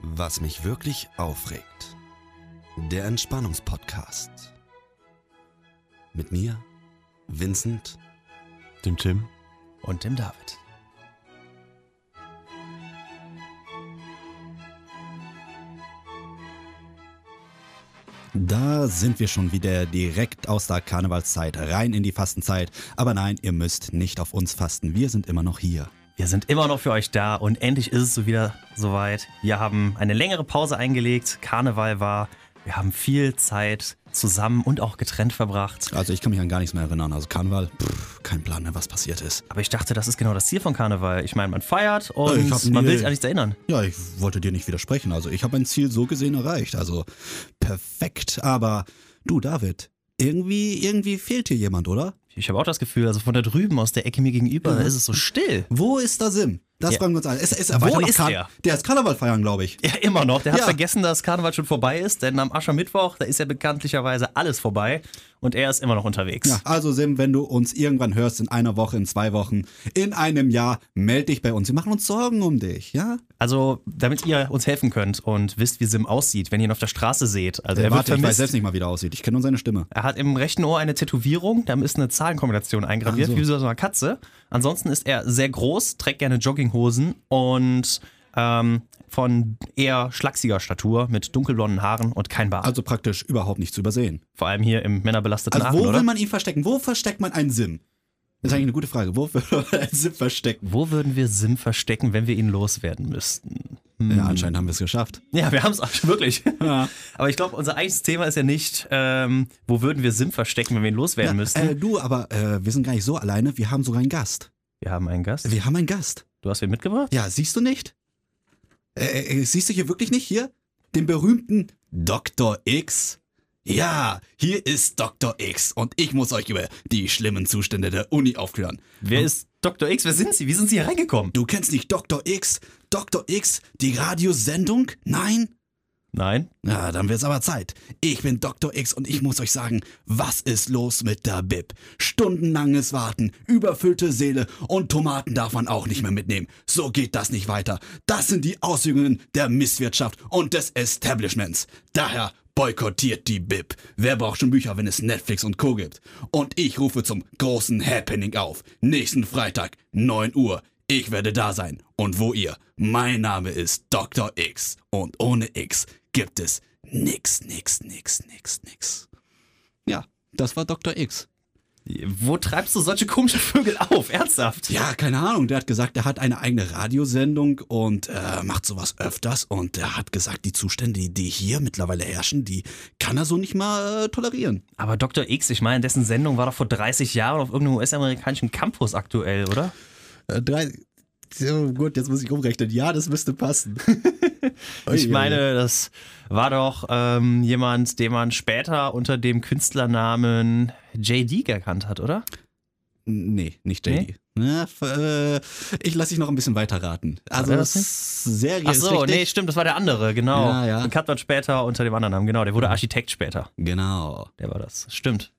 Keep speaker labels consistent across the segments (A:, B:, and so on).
A: Was mich wirklich aufregt. Der Entspannungspodcast. Mit mir, Vincent
B: Dem Tim?
C: und dem David.
D: Da sind wir schon wieder direkt aus der Karnevalszeit rein in die Fastenzeit. Aber nein, ihr müsst nicht auf uns fasten. Wir sind immer noch hier.
C: Wir sind immer noch für euch da und endlich ist es so wieder soweit. Wir haben eine längere Pause eingelegt, Karneval war, wir haben viel Zeit zusammen und auch getrennt verbracht.
D: Also ich kann mich an gar nichts mehr erinnern. Also Karneval, pff, kein Plan mehr, was passiert ist.
C: Aber ich dachte, das ist genau das Ziel von Karneval. Ich meine, man feiert und
D: Ich hab
C: man
D: nie-
C: will sich an nichts erinnern.
D: Ja, ich wollte dir nicht widersprechen. Also ich habe mein Ziel so gesehen erreicht. Also perfekt. Aber du, David, irgendwie, irgendwie fehlt hier jemand, oder?
C: Ich habe auch das Gefühl, also von da drüben aus der Ecke mir gegenüber
D: Mhm.
C: ist es so still.
D: Wo ist der Sim? Das
C: Ja.
D: fragen wir uns alle. Ist, ist er
C: Wo
D: weiter noch
C: ist
D: Kar-
C: der?
D: Der ist Karneval feiern, glaube ich.
C: Ja, immer noch. Der hat
D: Ja.
C: vergessen, dass Karneval schon vorbei ist, denn am Aschermittwoch, da ist ja bekanntlicherweise alles vorbei und er ist immer noch unterwegs.
D: Ja, also Sim, wenn du uns irgendwann hörst, in einer Woche, in zwei Wochen, in einem Jahr, meld dich bei uns. Wir machen uns Sorgen um dich, ja?
C: Also, damit ihr uns helfen könnt und wisst, wie Sim aussieht, wenn ihr ihn auf der Straße seht. Also, er wird
D: Warte, ich weiß
C: vermisst.
D: selbst nicht mal, wie der aussieht. Ich kenne nur seine Stimme.
C: Er hat im rechten Ohr eine Tätowierung, da ist eine Zahlenkombination eingraviert,
D: Ach so.
C: wie so eine Katze. Ansonsten ist er sehr groß, trägt gerne Jogginghosen und ähm, von eher schlachsiger Statur mit dunkelblonden Haaren und kein Bart.
D: Also praktisch überhaupt nicht zu übersehen.
C: Vor allem hier im männerbelasteten
D: Also
C: Aachen,
D: wo
C: oder?
D: will man ihn verstecken? Wo versteckt man einen Sim? Das ist eigentlich eine gute Frage. Wo will man einen Sim verstecken?
C: Wo würden wir Sim verstecken, wenn wir ihn loswerden müssten? Hm.
D: Ja, anscheinend haben wir es geschafft.
C: Ja, wir haben es wirklich.
D: Ja.
C: Aber ich glaube, unser eigentliches Thema ist ja nicht, ähm, wo würden wir Sim verstecken, wenn wir ihn loswerden müssten.
D: Äh, du, aber äh, wir sind gar nicht so alleine. Wir haben sogar einen Gast.
C: wir haben einen Gast.
D: Wir haben einen Gast.
C: Du hast wen mitgebracht?
D: Ja, siehst du nicht? Äh, äh, siehst du hier wirklich nicht hier? Den berühmten Dr. X? Ja, hier ist Dr. X und ich muss euch über die schlimmen Zustände der Uni aufklären.
C: Wer ist Dr. X? Wer sind Sie? Wie sind Sie hier reingekommen?
D: Du kennst nicht Dr. X? Dr. X, die Radiosendung? Nein?
C: Nein.
D: Ja, dann wird's aber Zeit. Ich bin Dr. X und ich muss euch sagen, was ist los mit der Bib? Stundenlanges Warten, überfüllte Seele und Tomaten darf man auch nicht mehr mitnehmen. So geht das nicht weiter. Das sind die Auswirkungen der Misswirtschaft und des Establishments. Daher boykottiert die Bib. Wer braucht schon Bücher, wenn es Netflix und Co. gibt? Und ich rufe zum großen Happening auf. Nächsten Freitag, 9 Uhr. Ich werde da sein. Und wo ihr? Mein Name ist Dr. X. Und ohne X gibt es nix, nix, nix, nix, nix. Ja, das war Dr. X.
C: Wo treibst du solche komischen Vögel auf? Ernsthaft?
D: Ja, keine Ahnung. Der hat gesagt, er hat eine eigene Radiosendung und äh, macht sowas öfters. Und er hat gesagt, die Zustände, die- die hier mittlerweile herrschen, die kann er so nicht mal äh, tolerieren.
C: Aber Dr. X, ich meine, dessen Sendung war doch vor 30 Jahren auf irgendeinem US-amerikanischen Campus aktuell, oder?
D: Äh, drei. Oh gut, jetzt muss ich umrechnen. Ja, das müsste passen.
C: Ich meine, das war doch ähm, jemand, den man später unter dem Künstlernamen JD gekannt hat, oder?
D: Nee, nicht JD. Na, f- äh, ich lasse dich noch ein bisschen weiter raten. Also,
C: der das nicht?
D: Serie
C: Ach
D: ist
C: so,
D: richtig.
C: nee, stimmt, das war der andere, genau.
D: Ja, ja.
C: Bekannt wird später unter dem anderen Namen, genau. Der wurde Architekt später.
D: Genau.
C: Der war das. Stimmt.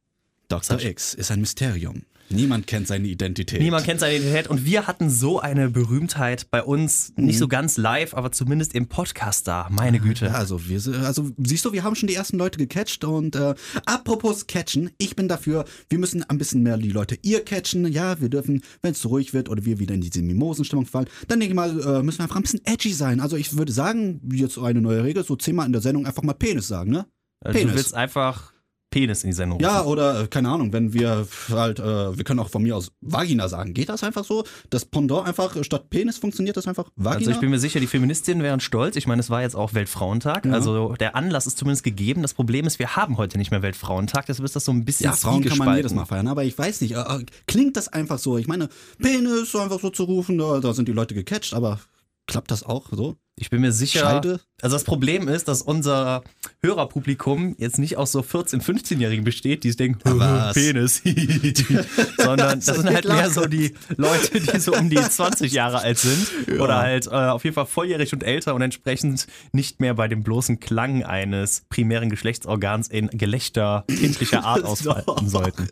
D: Dr. X ist ein Mysterium. Niemand kennt seine Identität.
C: Niemand kennt seine Identität und wir hatten so eine Berühmtheit bei uns, nicht so ganz live, aber zumindest im Podcast da. Meine
D: Mhm. Ja,
C: Güte.
D: Also, wir, si- also siehst du, wir haben schon die ersten Leute gecatcht und äh, apropos catchen, ich bin dafür, wir müssen ein bisschen mehr die Leute ihr catchen. Ja, wir dürfen, wenn es zu ruhig wird oder wir wieder in diese Mimosenstimmung fallen, dann denke ich mal, äh, müssen wir einfach ein bisschen edgy sein. Also ich würde sagen, jetzt so eine neue Regel, so zehnmal in der Sendung einfach mal Penis sagen, ne?
C: Also, du
D: Penis.
C: willst einfach Penis in die Sendung.
D: Ja,
C: rufen.
D: oder äh, keine Ahnung, wenn wir halt, äh, wir können auch von mir aus Vagina sagen. Geht das einfach so? Das Pendant einfach, äh, statt Penis funktioniert das einfach Vagina?
C: Also ich bin mir sicher, die Feministinnen wären stolz. Ich meine, es war jetzt auch Weltfrauentag. Also der Anlass ist zumindest gegeben. Das Problem ist, wir haben heute nicht mehr Weltfrauentag. Deshalb ist das so ein bisschen
D: ja, Frauen kann man
C: zwiegespalten.
D: jedes Mal feiern, aber ich weiß nicht, äh, äh, klingt das einfach so? Ich meine, Penis so einfach so zu rufen, da, da sind die Leute gecatcht, aber klappt das auch so?
C: Ich bin mir sicher.
D: Scheide?
C: Also das Problem ist, dass unser Hörerpublikum jetzt nicht aus so 14-, 15-Jährigen besteht, die sich denken,
D: Was?
C: Penis, sondern das
D: Das
C: sind halt
D: geht
C: mehr so die Leute, die so um die 20 Jahre alt sind oder halt äh, auf jeden Fall volljährig und älter und entsprechend nicht mehr bei dem bloßen Klang eines primären Geschlechtsorgans in Gelächter kindlicher Art ausfallen sollten.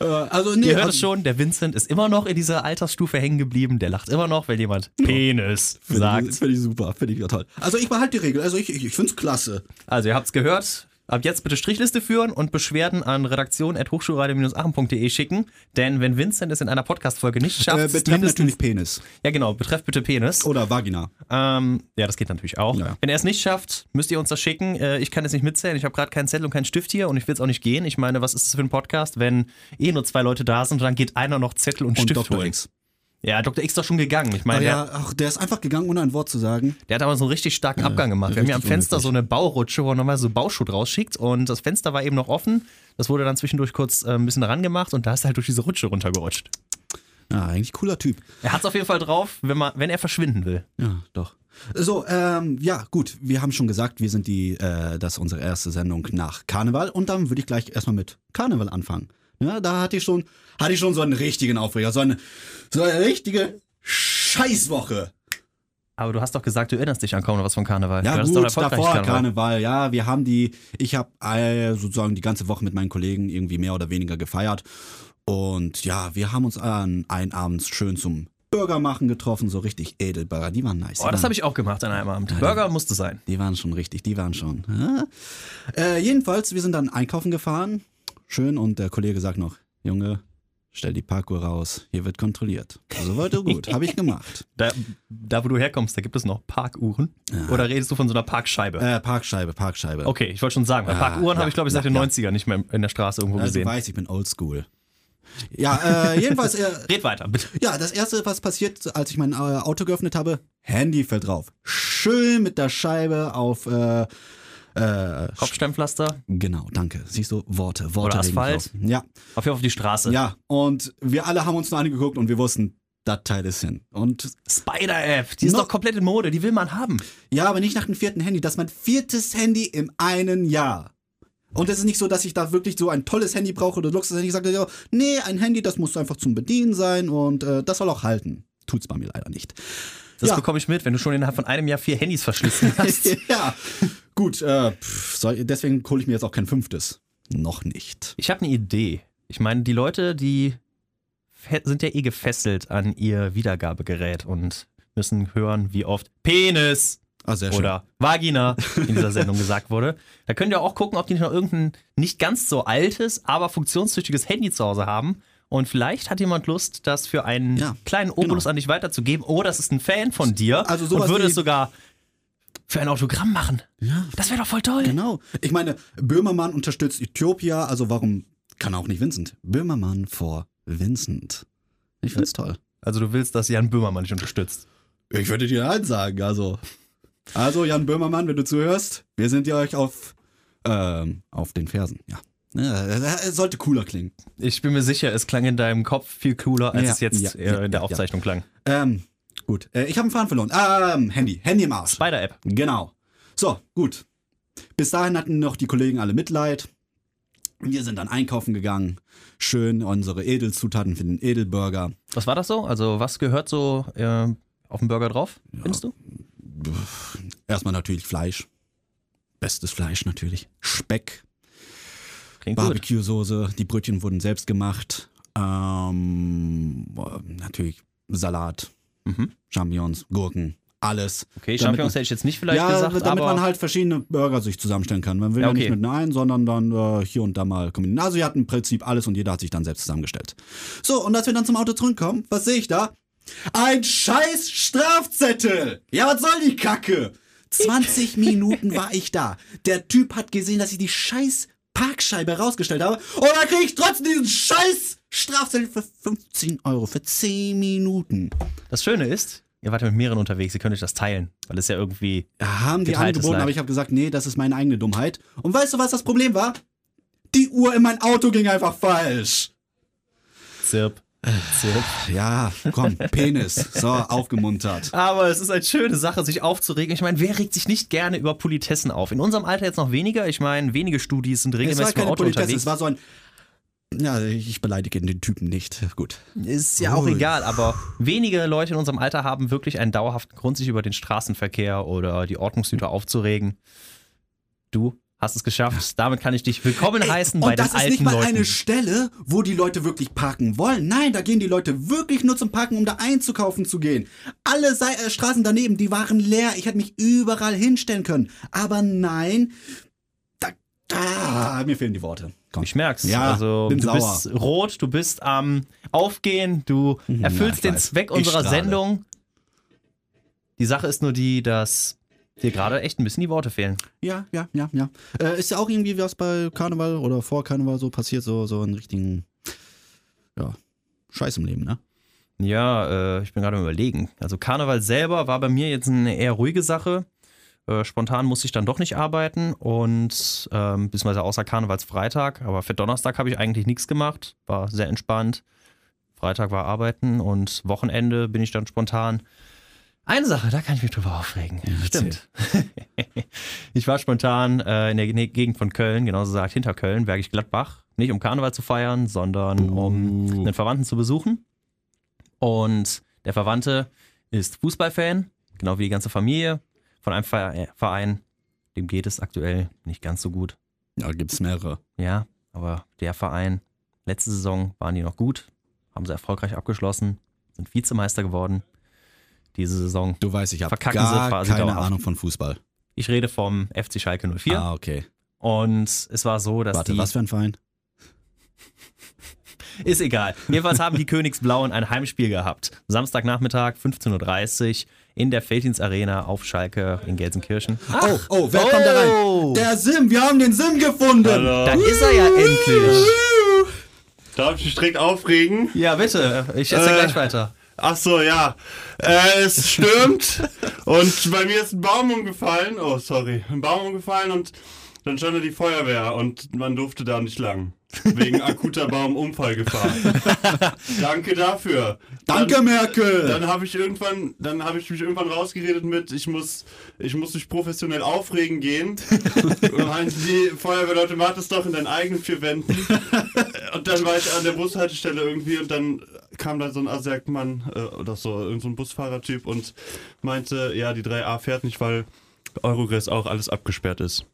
D: Äh, also, nee,
C: Ihr hört
D: also,
C: es schon, der Vincent ist immer noch in dieser Altersstufe hängen geblieben. Der lacht immer noch, wenn jemand Penis
D: Finde
C: sagt.
D: ich, finde ich super, finde ich total. Also ich behalte die Regel, also ich, ich, ich finde es klasse.
C: Also, ihr habt's gehört. Ab jetzt bitte Strichliste führen und Beschwerden an redaktion.hochschulradio-aachen.de schicken. Denn wenn Vincent es in einer Podcast-Folge nicht schafft,
D: Äh, betreff
C: mindestens-
D: natürlich Penis
C: Ja, genau, betrefft bitte Penis.
D: oder Vagina.
C: Ähm, ja, das geht natürlich auch.
D: Ja.
C: Wenn er es nicht schafft, müsst ihr uns das schicken. Äh, ich kann es nicht mitzählen. Ich habe gerade keinen Zettel und keinen Stift hier und ich will es auch nicht gehen. Ich meine, was ist das für ein Podcast, wenn eh nur zwei Leute da sind und dann geht einer noch Zettel und,
D: Und
C: Stift
D: Dr.
C: holen?
D: X.
C: Ja, Dr. X ist doch schon gegangen. Ich meine,
D: Ach,
C: der,
D: ja, ach, der ist einfach gegangen, ohne ein Wort zu sagen.
C: der hat aber so einen richtig starken Abgang gemacht. Wir haben ja am
D: richtig
C: Fenster
D: unnötig.
C: so eine Baurutsche, wo er nochmal so Bauschutt rausschickt und das Fenster war eben noch offen. Das wurde dann zwischendurch kurz äh, ein bisschen daran gemacht und da ist er halt durch diese Rutsche runtergerutscht.
D: Ja, Ah, eigentlich cooler Typ.
C: Er hat es auf jeden Fall drauf, wenn, man, wenn er verschwinden will.
D: Ja, doch. So, ähm, ja, gut. Wir haben schon gesagt, wir sind die, äh, das ist unsere erste Sendung nach Karneval. Und dann würde ich gleich erstmal mit Karneval anfangen. Ja, da hatte ich schon, hatte ich schon so einen richtigen Aufreger, so eine, so eine richtige Scheißwoche.
C: Aber du hast doch gesagt, du erinnerst dich an kaum noch was von Karneval.
D: Ja,
C: du hattest
D: gut,
C: doch erfolgreich
D: davor Karneval. ja, wir haben die, ich habe äh, sozusagen die ganze Woche mit meinen Kollegen irgendwie mehr oder weniger gefeiert. Und ja, wir haben uns an einen Abend schön zum Burger machen getroffen, so richtig Edelburger, die waren nice. ne?
C: Oh, das habe ich auch gemacht an einem Abend. Burger musste sein.
D: Die waren schon richtig, die waren schon. Ja. Äh, jedenfalls, wir sind dann einkaufen gefahren. Schön, und der Kollege sagt noch, Junge, stell die Parkour raus, hier wird kontrolliert. So weit so gut, habe ich gemacht.
C: Da, da, wo du herkommst, da gibt es noch Parkuhren. Oder redest du von so einer Parkscheibe?
D: Äh, Parkscheibe, Parkscheibe.
C: Okay, ich wollte schon sagen, weil
D: Ja,
C: Parkuhren habe ich,
D: ja,
C: glaube ich, seit
D: ja,
C: den
D: ja.
C: 90ern nicht mehr in der Straße irgendwo
D: also, du
C: gesehen.
D: weißt, ich bin oldschool. Ja, äh, jedenfalls, äh,
C: Red weiter, bitte.
D: ja, das erste, was passiert, als ich mein äh, Auto geöffnet habe, Handy fällt drauf. Schön mit der Scheibe auf, äh, äh,
C: Kopfsteinpflaster,
D: genau, danke. Siehst du, Worte, Worte.
C: Oder
D: legen
C: Asphalt.
D: drauf. Ja.
C: auf jeden Fall auf die Straße.
D: Ja, und wir alle haben uns nur angeguckt und wir wussten, das Teil ist hin. Und
C: Spider-App, die ist
D: No.
C: doch komplett in Mode, die will man haben.
D: ja, aber nicht nach dem vierten Handy. Das ist mein viertes Handy im einen Jahr. Und es ist nicht so, dass ich da wirklich so ein tolles Handy brauche oder Luxus-Handy. Ich sage, ja, nee, ein Handy, das muss einfach zum Bedienen sein und äh, das soll auch halten. Tut's bei mir leider nicht.
C: Das
D: Ja.
C: bekomme ich mit, wenn du schon innerhalb von einem Jahr vier Handys verschlissen hast.
D: ja, gut, äh, pff, soll, deswegen hole ich mir jetzt auch kein fünftes. Noch nicht.
C: Ich habe eine Idee. Ich meine, die Leute, die fe- sind ja eh gefesselt an ihr Wiedergabegerät und müssen hören, wie oft Penis
D: Ah, sehr schön.
C: oder Vagina in dieser Sendung gesagt wurde. Da könnt ihr auch gucken, ob die nicht noch irgendein nicht ganz so altes, aber funktionstüchtiges Handy zu Hause haben. Und vielleicht hat jemand Lust, das für einen
D: Ja, genau.
C: kleinen Obolus an dich weiterzugeben. Oh, das ist ein Fan von dir
D: Also sowas
C: und würde
D: wie-
C: es sogar für ein Autogramm machen.
D: Ja.
C: Das wäre doch voll toll.
D: Genau. Ich meine, Böhmermann unterstützt Äthiopia, also warum kann auch nicht Vincent? Böhmermann vor Vincent. Ich find's toll.
C: Also du willst, dass Jan Böhmermann dich unterstützt.
D: Ich würde dir nein sagen, also. Also, Jan Böhmermann, wenn du zuhörst, wir sind ja euch auf, ähm, auf den Fersen, ja. Ja, Es sollte cooler klingen.
C: Ich bin mir sicher, es klang in deinem Kopf viel cooler, als
D: Ja,
C: es jetzt
D: ja,
C: äh,
D: ja,
C: in der
D: ja,
C: Aufzeichnung klang.
D: Ähm, gut. Äh, ich habe einen Faden verloren. Ähm, Handy. Handy im Arsch.
C: Bei der App.
D: Genau. So, gut. Bis dahin hatten noch die Kollegen alle Mitleid. Wir sind dann einkaufen gegangen. Schön unsere Edelzutaten für den Edelburger.
C: Was war das so? Also, was gehört so äh, auf den Burger drauf, findest du?
D: Erstmal natürlich Fleisch. Bestes Fleisch natürlich. Speck,
C: Klingt gut.
D: Barbecue-Soße, die Brötchen wurden selbst gemacht. Ähm, boah, natürlich Salat,
C: Mhm.
D: Champignons, Gurken, alles.
C: Okay,
D: Damit
C: Champignons
D: man-
C: hätte ich jetzt nicht vielleicht
D: ja,
C: gesagt,
D: damit
C: aber
D: man halt verschiedene Burger sich zusammenstellen kann. Man will
C: Ja,
D: ja,
C: okay.
D: nicht mit einem, sondern dann äh, hier und da mal kombinieren. Also wir hatten im Prinzip alles und jeder hat sich dann selbst zusammengestellt. So, und als wir dann zum Auto zurückkommen, was sehe ich da? Ein scheiß Strafzettel! Ja, was soll die Kacke? 20 Minuten war ich da. Der Typ hat gesehen, dass ich die scheiß Parkscheibe rausgestellt habe. Und dann kriege ich trotzdem diesen scheiß Strafzettel für 15 Euro, für 10 Minuten.
C: das Schöne ist, ihr wart ja mit mehreren unterwegs, ihr könnt euch das teilen, weil es ja irgendwie.
D: haben die
C: Geteiltes
D: angeboten,
C: Leid.
D: aber ich habe gesagt, nee, das ist meine eigene Dummheit. Und weißt du, was das Problem war? Die Uhr in mein Auto ging einfach falsch.
C: Zirp. Zirp.
D: Ja, komm, Penis. So, aufgemuntert.
C: Aber es ist eine schöne Sache, sich aufzuregen. Ich meine, wer regt sich nicht gerne über Politessen auf? In unserem Alter jetzt noch weniger. Ich meine, wenige Studis sind
D: Es war
C: regelmäßig mit dem
D: keine
C: Auto
D: Politesse, es
C: unterwegs.
D: war so ein. Ja, ich beleidige den Typen nicht. Gut.
C: Ist ja auch
D: Ui.
C: egal, aber wenige Leute in unserem Alter haben wirklich einen dauerhaften Grund, sich über den Straßenverkehr oder die Ordnungshüter aufzuregen. Du Hast es geschafft. Damit kann ich dich willkommen
D: Ey, und
C: heißen bei den
D: das
C: alten
D: ist nicht mal
C: Leuten.
D: eine Stelle, wo die Leute wirklich parken wollen. Nein, da gehen die Leute wirklich nur zum Parken, um da einzukaufen zu gehen. Alle Sei äh, Straßen daneben, die waren leer. Ich hätte mich überall hinstellen können. Aber nein, da, da mir fehlen die Worte. Komm.
C: Ich merk's.
D: Ja,
C: also
D: bin
C: du
D: sauer.
C: bist rot, du bist am Aufgehen, du erfüllst
D: Mhm. ich
C: den
D: weiß.
C: Zweck
D: Ich
C: unserer
D: strahle.
C: Sendung. Die Sache ist nur die, dass dir gerade echt ein bisschen die Worte fehlen.
D: Ja, ja, ja, ja. Äh, ist ja auch irgendwie was bei Karneval oder vor Karneval so passiert, so, so einen richtigen, ja, Scheiß im Leben, ne?
C: Ja, äh, ich bin gerade am überlegen. Also Karneval selber war bei mir jetzt eine eher ruhige Sache. Äh, spontan musste ich dann doch nicht arbeiten und ähm, beziehungsweise außer Karnevalsfreitag, aber für Donnerstag habe ich eigentlich nichts gemacht, war sehr entspannt. Freitag war arbeiten und Wochenende bin ich dann spontan. Eine Sache, da kann ich mich drüber aufregen. Stimmt. ich war spontan äh, in der Gene- Gegend von Köln, genauso gesagt hinter Köln, Bergisch Gladbach, nicht um Karneval zu feiern, sondern
D: Oh.
C: um einen Verwandten zu besuchen. Und der Verwandte ist Fußballfan, genau wie die ganze Familie von einem Ver- äh, Verein. Dem geht es aktuell nicht ganz so gut.
D: Ja, gibt's mehrere.
C: Ja, aber der Verein, letzte Saison waren die noch gut, haben sie erfolgreich abgeschlossen, sind Vizemeister geworden. Diese Saison.
D: Du weißt, ich habe
C: Verkacken sie
D: gar
C: quasi
D: keine
C: dauerhaft.
D: Ahnung von Fußball.
C: Ich rede vom FC Schalke 04
D: Ah, okay.
C: und es war so, dass
D: Warte,
C: die
D: was für ein Verein?
C: Ist egal. Jedenfalls haben die Königsblauen ein Heimspiel gehabt. Samstagnachmittag, 15.30 Uhr in der Feltins Arena auf Schalke in Gelsenkirchen.
D: Oh, oh, wer kommt da rein? Der Sim, wir haben den Sim gefunden.
C: Da ist er ja endlich.
B: Darf ich mich direkt aufregen?
C: Ja, bitte. Ich esse
B: Äh.
C: gleich weiter.
B: Ach so, ja. Äh, es stürmt und bei mir ist ein Baum umgefallen. Oh, sorry. Ein Baum umgefallen und dann stand da die Feuerwehr und man durfte da nicht lang. Wegen akuter Baumunfallgefahr. Danke dafür.
D: Danke,
B: Dann-
D: Merkel.
B: Dann habe ich irgendwann, dann habe ich mich irgendwann rausgeredet mit, ich muss, ich muss mich professionell aufregen gehen. und meinten die Feuerwehrleute, mach das doch in deinen eigenen vier Wänden. und dann war ich an der Bushaltestelle irgendwie und dann kam da so ein Asiakmann äh, oder so, irgend so ein Busfahrertyp und meinte, ja, die 3a fährt nicht, weil Eurogress auch alles abgesperrt ist.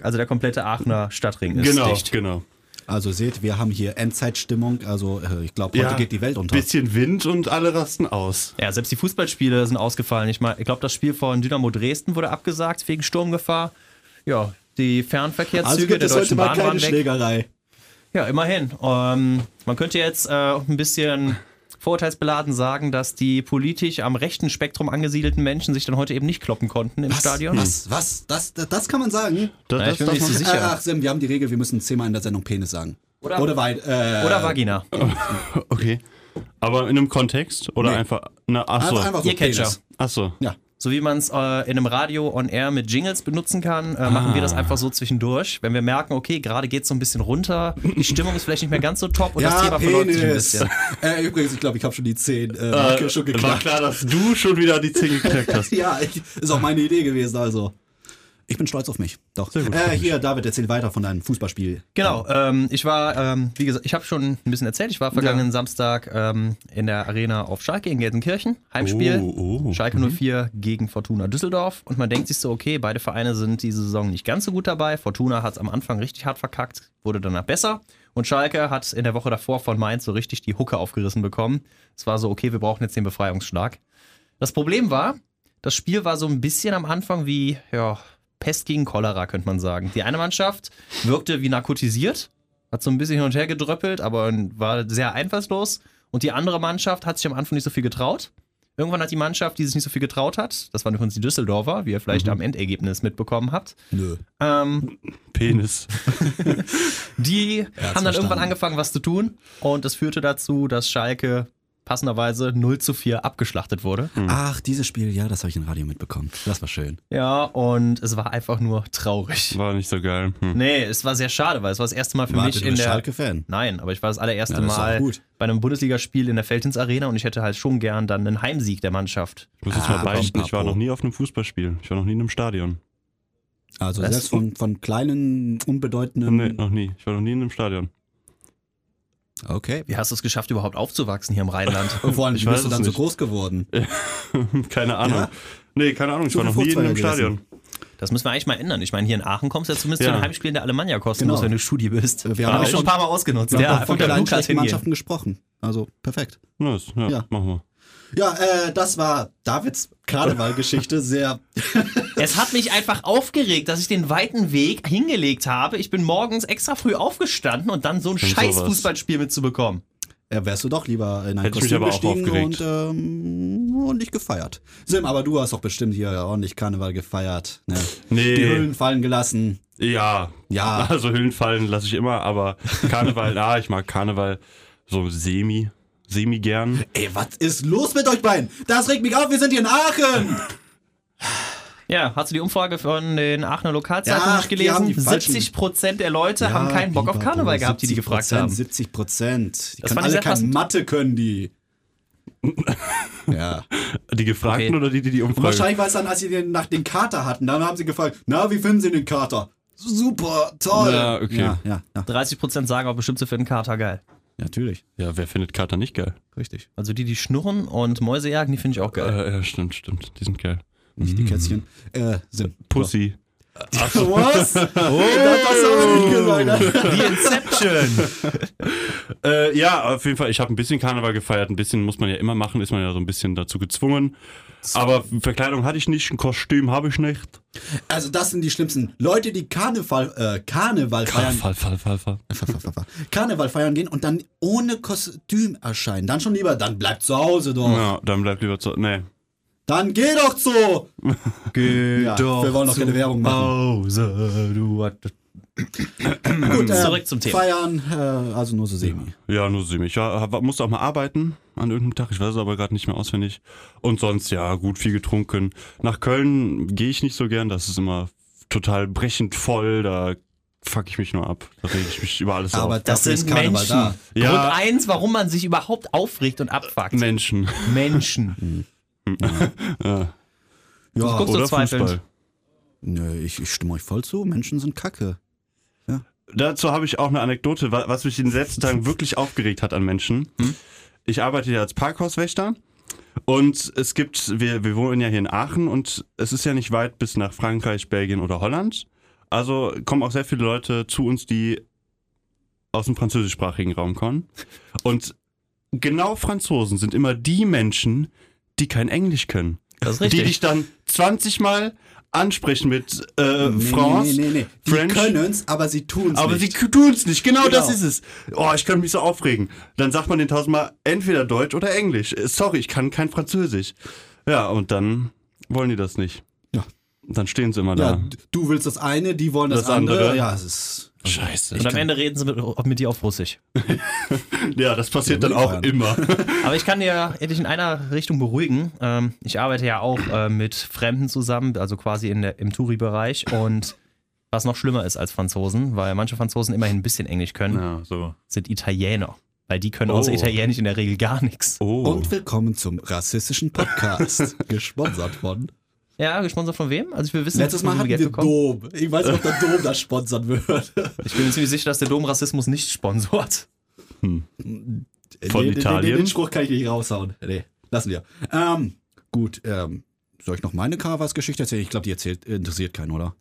C: Also der komplette Aachener Stadtring ist
B: genau,
C: dicht.
B: genau.
D: Also seht, wir haben hier Endzeitstimmung. Also äh, ich glaube, heute
B: Ja,
D: geht die Welt unter.
B: Bisschen Wind und alle rasten aus.
C: Ja, selbst die Fußballspiele sind ausgefallen. Ich, mein- ich glaube, das Spiel von Dynamo Dresden wurde abgesagt wegen Sturmgefahr. Ja, die
D: Also
C: Fernverkehrszüge
D: gibt
C: der
D: es heute
C: Deutschen
D: mal
C: Bahn
D: keine
C: waren weg.
D: Schlägerei.
C: Ja, immerhin. Ähm, man könnte jetzt äh, auch ein bisschen vorurteilsbeladen sagen, dass die politisch am rechten Spektrum angesiedelten Menschen sich dann heute eben nicht kloppen konnten im Stadion.
D: Was? Hm. Was? Das, das, das kann man sagen?
B: Das,
C: Ja, ich bin mir
B: darf
C: nicht so
B: man-
D: Äh,
C: sicher.
D: Ach, Sim, wir haben die Regel, wir müssen zehnmal in der Sendung Penis sagen.
C: Oder-
D: oder weit. Äh,
C: Oder Vagina.
B: Okay. Aber in einem Kontext oder
D: Nee.
B: einfach. Na, achso.
D: einfach, einfach so
C: Ihr Catcher.
D: Penis.
B: Achso.
D: Ja.
C: So wie man es äh, in einem Radio on Air mit Jingles benutzen kann, äh, machen wir
D: Ah.
C: das einfach so zwischendurch. Wenn wir merken, okay, gerade geht es so ein bisschen runter, die Stimmung ist vielleicht nicht mehr ganz so top und das
D: Ja,
C: Thema verläuft sich ein
D: Penis.
C: bisschen.
D: äh, übrigens, ich glaube, ich habe schon die 10 äh, Marke schon
B: war
D: geknackt.
B: klar, dass du schon wieder die Zähne geknackt hast.
D: Ja, ich, ist auch meine Idee gewesen, also. Ich bin stolz auf mich. Doch.
B: gut,
D: äh, hier, David, erzähl weiter von deinem Fußballspiel.
C: Genau, ähm, ich war, ähm, wie gesagt, ich habe schon ein bisschen erzählt, ich war vergangenen Samstag ähm, in der Arena auf Schalke in Gelsenkirchen, Heimspiel.
B: Oh, oh.
C: Schalke 04 gegen Fortuna Düsseldorf und man denkt sich so, okay, beide Vereine sind diese Saison nicht ganz so gut dabei. Fortuna hat es am Anfang richtig hart verkackt, wurde danach besser und Schalke hat in der Woche davor von Mainz so richtig die Hucke aufgerissen bekommen. Es war so, okay, wir brauchen jetzt den Befreiungsschlag. Das Problem war, das Spiel war so ein bisschen am Anfang wie ja, Pest gegen Cholera, könnte man sagen. Die eine Mannschaft wirkte wie narkotisiert, hat so ein bisschen hin und her gedröppelt, aber war sehr einfallslos. Und die andere Mannschaft hat sich am Anfang nicht so viel getraut. Irgendwann hat die Mannschaft, die sich nicht so viel getraut hat, das waren übrigens die Düsseldorfer, wie ihr vielleicht am Endergebnis mitbekommen habt,
D: Nö.
C: ähm,
B: Penis.
C: die haben dann
D: verstanden.
C: irgendwann angefangen, was zu tun. Und das führte dazu, dass Schalke passenderweise 0 zu 4 abgeschlachtet wurde.
D: Ach, dieses Spiel, ja, das habe ich im Radio mitbekommen. Das war schön.
C: Ja, und es war einfach nur traurig.
B: War nicht so geil. Hm.
C: Nee, es war sehr schade, weil es war das erste Mal für mich
D: Warte, du
C: in
D: bist
C: der.
D: Schalke-Fan.
C: Nein, aber ich war das allererste
D: Ja, das ist auch
C: Mal
D: gut.
C: bei einem Bundesligaspiel in der Feldins Arena und ich hätte halt schon gern dann einen Heimsieg der Mannschaft.
B: Ich muss jetzt
D: Ah,
B: mal beichten. Ich war
D: Papo.
B: noch nie auf einem Fußballspiel. Ich war noch nie in einem Stadion.
D: Also
C: Was?
D: selbst von, von kleinen, unbedeutenden.
B: Hm, Nee, noch nie. Ich war noch nie in einem Stadion.
D: Okay.
C: Wie hast du es geschafft, überhaupt aufzuwachsen hier im Rheinland?
D: Und vor allem,
B: Ich
D: wie bist
B: weiß
D: du
B: es
D: dann so
B: nicht.
D: groß geworden?
B: keine Ahnung.
D: Ja?
B: Nee, keine Ahnung. Ich
D: Zu
B: war
D: viel
B: noch nie in
D: Fußball
B: einem
D: gewesen.
B: Stadion.
C: Das müssen wir eigentlich mal ändern. Ich meine, hier in Aachen kommst du ja zumindest
B: Ja.
C: zu den Heimspielen der Alemannia kostenlos,
D: Genau.
C: wenn du Studi bist.
D: Wir haben
C: Hab
D: auch
C: ich schon ein
D: von-
C: paar Mal ausgenutzt.
D: Wir haben
C: Ja,
D: auch von
C: von der
D: kleinen
C: Lukas
D: schlechten
C: hingehen.
D: Mannschaften gesprochen. Also perfekt.
B: Nice, ja,
D: Ja.
B: machen wir.
D: Ja, äh, das war Davids Karnevalgeschichte. Sehr.
C: Es hat mich einfach aufgeregt, dass ich den weiten Weg hingelegt habe. Ich bin morgens extra früh aufgestanden und dann so ein scheiß
B: sowas.
C: Fußballspiel mitzubekommen.
D: Äh, wärst du doch lieber in ein
B: Hätte ich mich
D: Kostüm
B: aber auch
D: gestiegen und
B: aufgeregt.
D: ähm, ordentlich gefeiert. Sim, aber du hast doch bestimmt hier ordentlich Karneval gefeiert. Ne? Die Ah.
B: Nee,
D: Hüllen fallen gelassen.
B: ja.
D: Ja.
B: Also Hüllen fallen lasse ich immer, aber Karneval, ah, ich mag Karneval so semi, semi gern.
D: Ey, was ist los mit euch beiden? Das regt mich auf, wir sind hier in Aachen.
C: Ja, hast du die Umfrage von den Aachener Lokalzeitungen
D: Ja,
C: nicht
D: die haben
C: gelesen?
D: die falschen-
C: 70% der Leute haben
D: Ja,
C: keinen Bock auf
D: lieber
C: Karneval
D: Bruder,
C: gehabt, die die gefragt
D: 70%,
C: haben.
D: 70 Prozent. Die können
C: Das fand ich
D: alle
C: sehr
D: kein
C: passend.
D: Mathe, können die. ja.
B: Die Gefragten
C: Okay.
B: oder die, die die Umfrage?
D: Wahrscheinlich war es dann, als sie den, nach den Kater hatten, dann haben sie gefragt, na, wie finden sie den Kater? Super, toll.
B: Ja, okay.
D: Ja, ja, ja.
C: 30% sagen auch bestimmt, sie finden Kater geil.
D: Natürlich,
B: Ja, wer findet Kater nicht geil?
D: richtig.
C: Also die, die schnurren und Mäuse jagen, die finde ich auch geil.
B: Äh, ja, stimmt, stimmt. Die sind geil.
D: Nicht die Kätzchen. Äh, Sim.
B: Pussy.
D: Was? Oh, das hast du aber nicht gesagt.
C: Die Inception!
B: Äh, ja, auf jeden Fall. Ich habe ein bisschen Karneval gefeiert. Ein bisschen muss man ja immer machen, ist man ja so ein bisschen dazu gezwungen. Aber Verkleidung hatte ich nicht, ein Kostüm habe ich nicht.
D: Also das sind die schlimmsten. Leute, die Karneval, äh, Karneval feiern.
B: Fall, Fall, Fall, Fall.
D: Karneval feiern gehen und dann ohne Kostüm erscheinen. Dann schon lieber, dann bleib zu Hause doch.
B: Ja, dann bleibt lieber zu. Nee.
D: Dann geh doch zu.
C: Geh
D: Ja, wir wollen doch keine Werbung machen.
C: Hause, du
D: Gut, äh,
C: Zurück zum Thema.
D: Feiern, äh, also nur so semi.
B: Ja, nur sie mich. Ja, hab- musste auch mal arbeiten an irgendeinem Tag. Ich weiß es aber gerade nicht mehr auswendig. Und sonst, ja, gut, viel getrunken. Nach Köln gehe ich nicht so gern. Das ist immer total brechend voll. Da fuck ich mich nur ab. Da reg ich mich über alles
D: Aber
B: auf.
C: Das
D: dafür
C: sind
D: ist Karneval
C: Menschen.
D: da.
B: Ja.
C: Grund eins, warum man sich überhaupt aufregt und abfuckt.
B: Menschen.
C: Menschen.
B: Ja.
D: Ja,
C: guckst du
B: Oder
C: zweifelnd?
B: Fußball.
D: Nö, ich, ich stimme euch voll zu. Menschen sind kacke.
B: Dazu habe ich auch eine Anekdote, wa- was mich in den letzten Tagen wirklich aufgeregt hat an Menschen.
D: Hm?
B: Ich arbeite ja als Parkhauswächter und es gibt, wir, wir wohnen ja hier in Aachen und es ist ja nicht weit bis nach Frankreich, Belgien oder Holland. Also kommen auch sehr viele Leute zu uns, die aus dem französischsprachigen Raum kommen. Und genau Franzosen sind immer die Menschen, die kein Englisch können.
C: Das ist
B: Die dich
C: richtig.
B: dann 20 Mal ansprechen mit äh,
D: Nee,
B: France.
D: nee, nee, nee. Die
B: French.
D: können's, aber sie tun's
B: Aber
D: nicht.
B: sie tun es nicht, genau,
D: Genau.
B: das ist es. Oh, ich könnte mich so aufregen. Dann sagt man den tausendmal entweder Deutsch oder Englisch. Äh, Sorry, ich kann kein Französisch. Ja, und dann wollen die das nicht.
D: Ja.
B: Dann stehen sie immer
D: ja,
B: da.
D: d- du willst das eine, die wollen das,
B: Das
D: andere.
B: andere.
D: Ja, es ist.
B: Scheiße.
C: Und am Ende reden sie mit, mit dir auf Russisch.
B: Ja, das passiert dann auch
D: Feiern.
B: immer.
C: Aber ich kann dir dich in einer Richtung beruhigen. Ähm, ich arbeite ja auch äh, mit Fremden zusammen, also quasi in der, im Touri-Bereich. Und was noch schlimmer ist als Franzosen, weil manche Franzosen immerhin ein bisschen Englisch können,
B: Ja, so.
C: sind Italiener. Weil die können außer
B: Oh.
C: Italienisch in der Regel gar nichts.
B: Oh.
D: Und willkommen zum rassistischen Podcast. gesponsert von.
C: Ja, gesponsert von wem? Also wir wissen,
D: Letztes
C: von
D: Mal
C: wem
D: hatten wir
C: Geld bekommen.
D: Dom. Ich weiß nicht, ob der Dom das sponsern würde.
C: Ich bin mir ziemlich sicher, dass der Dom Rassismus nicht sponsort.
D: den,
B: Von
D: Den,
B: Italien?
D: den Spruch kann ich nicht raushauen. Nee, lassen wir. Ähm, gut, ähm, soll ich noch meine Carvas-Geschichte erzählen? Ich glaube, die erzählt, interessiert keinen, oder?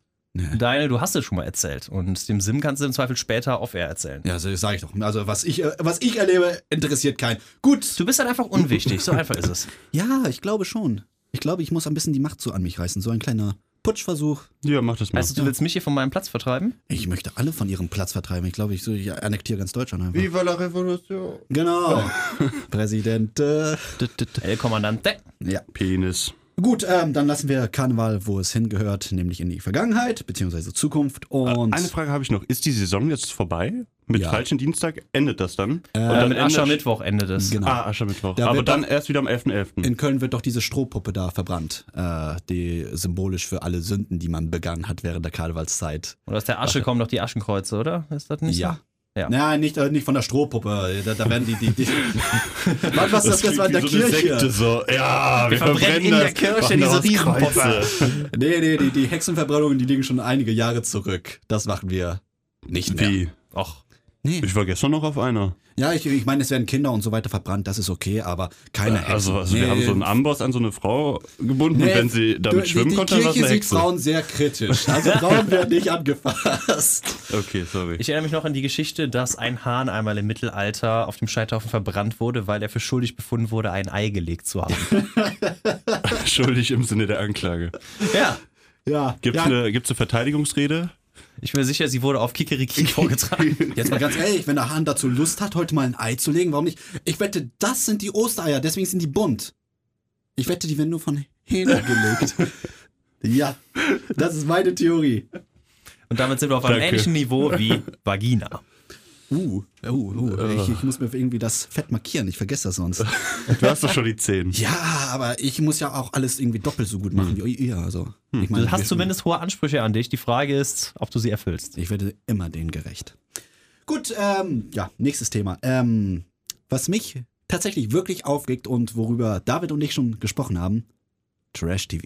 C: Daniel, du hast es schon mal erzählt. Und dem Sim kannst du im Zweifel später off-air erzählen.
D: Ja, so sage ich doch. Also, was ich, äh, was ich erlebe, interessiert keinen. Gut.
C: Du bist dann einfach unwichtig, so einfach ist es.
D: Ja, ich glaube schon. Ich glaube, ich muss ein bisschen die Macht so an mich reißen. So ein kleiner Putschversuch.
B: Ja, mach das mal.
C: Also du willst mich hier von meinem Platz vertreiben?
D: Ich möchte alle von ihrem Platz vertreiben. Ich glaube, ich, so, ich annektiere ganz Deutschland einfach.
B: Viva la Revolution.
D: Genau.
B: Oh.
D: Präsident. Äh,
C: El Kommandante.
D: ja.
B: Penis.
D: Gut, ähm, dann lassen wir Karneval, wo es hingehört, nämlich in die Vergangenheit bzw. Zukunft. Und
B: Ah, Eine Frage habe ich noch. Ist die Saison jetzt vorbei? Mit
D: Ja.
B: falschen Dienstag endet das dann? und
C: Äh,
B: dann
C: mit
B: endet-
C: Aschermittwoch endet es.
D: Genau.
B: Ah, Aschermittwoch.
D: Da
B: Aber
D: wird
B: dann erst wieder am 11.11.
D: in Köln wird doch diese Strohpuppe da verbrannt, äh, die symbolisch für alle Sünden, die man begangen hat während der Karnevalszeit.
C: Und aus der Asche kommen doch die Aschenkreuze, oder? Ist das nicht
D: Ja.
C: so? Ja.
D: Nein, nicht, äh, nicht von der Strohpuppe. Da, da werden die. die, die was, was das, das war in der
B: klingt wie so
D: Kirche?
B: Eine Sekte, so. Ja, wir,
C: verbrennen in der
B: das,
C: Kirche
B: machen
C: diese
B: daraus
C: Riesenpuppe.
B: Kreuze.
D: Nee, nee, die, die Hexenverbrennungen, die liegen schon einige Jahre zurück. Das machen wir nicht mehr.
B: Wie?
C: Och.
D: Nee.
B: Ich war gestern noch auf einer.
D: Ja, ich, ich meine, es werden Kinder und so weiter verbrannt, das ist okay, aber keine Hexen.
B: Also, also wir
D: Nee.
B: haben so einen Amboss an so eine Frau gebunden
D: Nee,
B: und wenn sie damit
D: die-
B: schwimmen
D: die
B: konnte, dann war es
D: Kirche
B: eine
D: sieht
B: Hexe.
D: Frauen sehr kritisch. Also Frauen werden nicht angefasst.
B: Okay, sorry.
C: Ich erinnere mich noch an die Geschichte, dass ein Hahn einmal im Mittelalter auf dem Scheiterhaufen verbrannt wurde, weil er für schuldig befunden wurde, ein Ei gelegt zu haben.
B: Schuldig im Sinne der Anklage.
C: ja.
D: Ja.
B: Gibt's
D: ja,
B: eine, gibt's eine Verteidigungsrede?
C: Ich bin mir sicher, sie wurde auf Kikeriki vorgetragen.
D: Jetzt mal ganz ehrlich, wenn der Hahn dazu Lust hat, heute mal ein Ei zu legen, warum nicht? Ich wette, das sind die Ostereier, deswegen sind die bunt. Ich wette, die werden nur von Hähnen gelegt. ja, das ist meine Theorie.
C: Und damit sind wir auf einem
B: Danke.
C: ähnlichen Niveau wie Vagina.
D: Uh, uh,
C: äh.
D: uh. Ich, ich muss mir irgendwie das Fett markieren, ich vergesse das sonst.
B: Du hast doch schon die 10.
D: Ja, aber ich muss ja auch alles irgendwie doppelt so gut machen wie ihr. Also, ich meine,
C: Hm. Du hast
D: wir-
C: zumindest hohe Ansprüche an dich. Die Frage ist, ob du sie erfüllst.
D: Ich werde immer denen gerecht. Gut, ähm, ja, nächstes Thema. Ähm, was mich tatsächlich wirklich aufregt und worüber David und ich schon gesprochen haben, Trash-TV.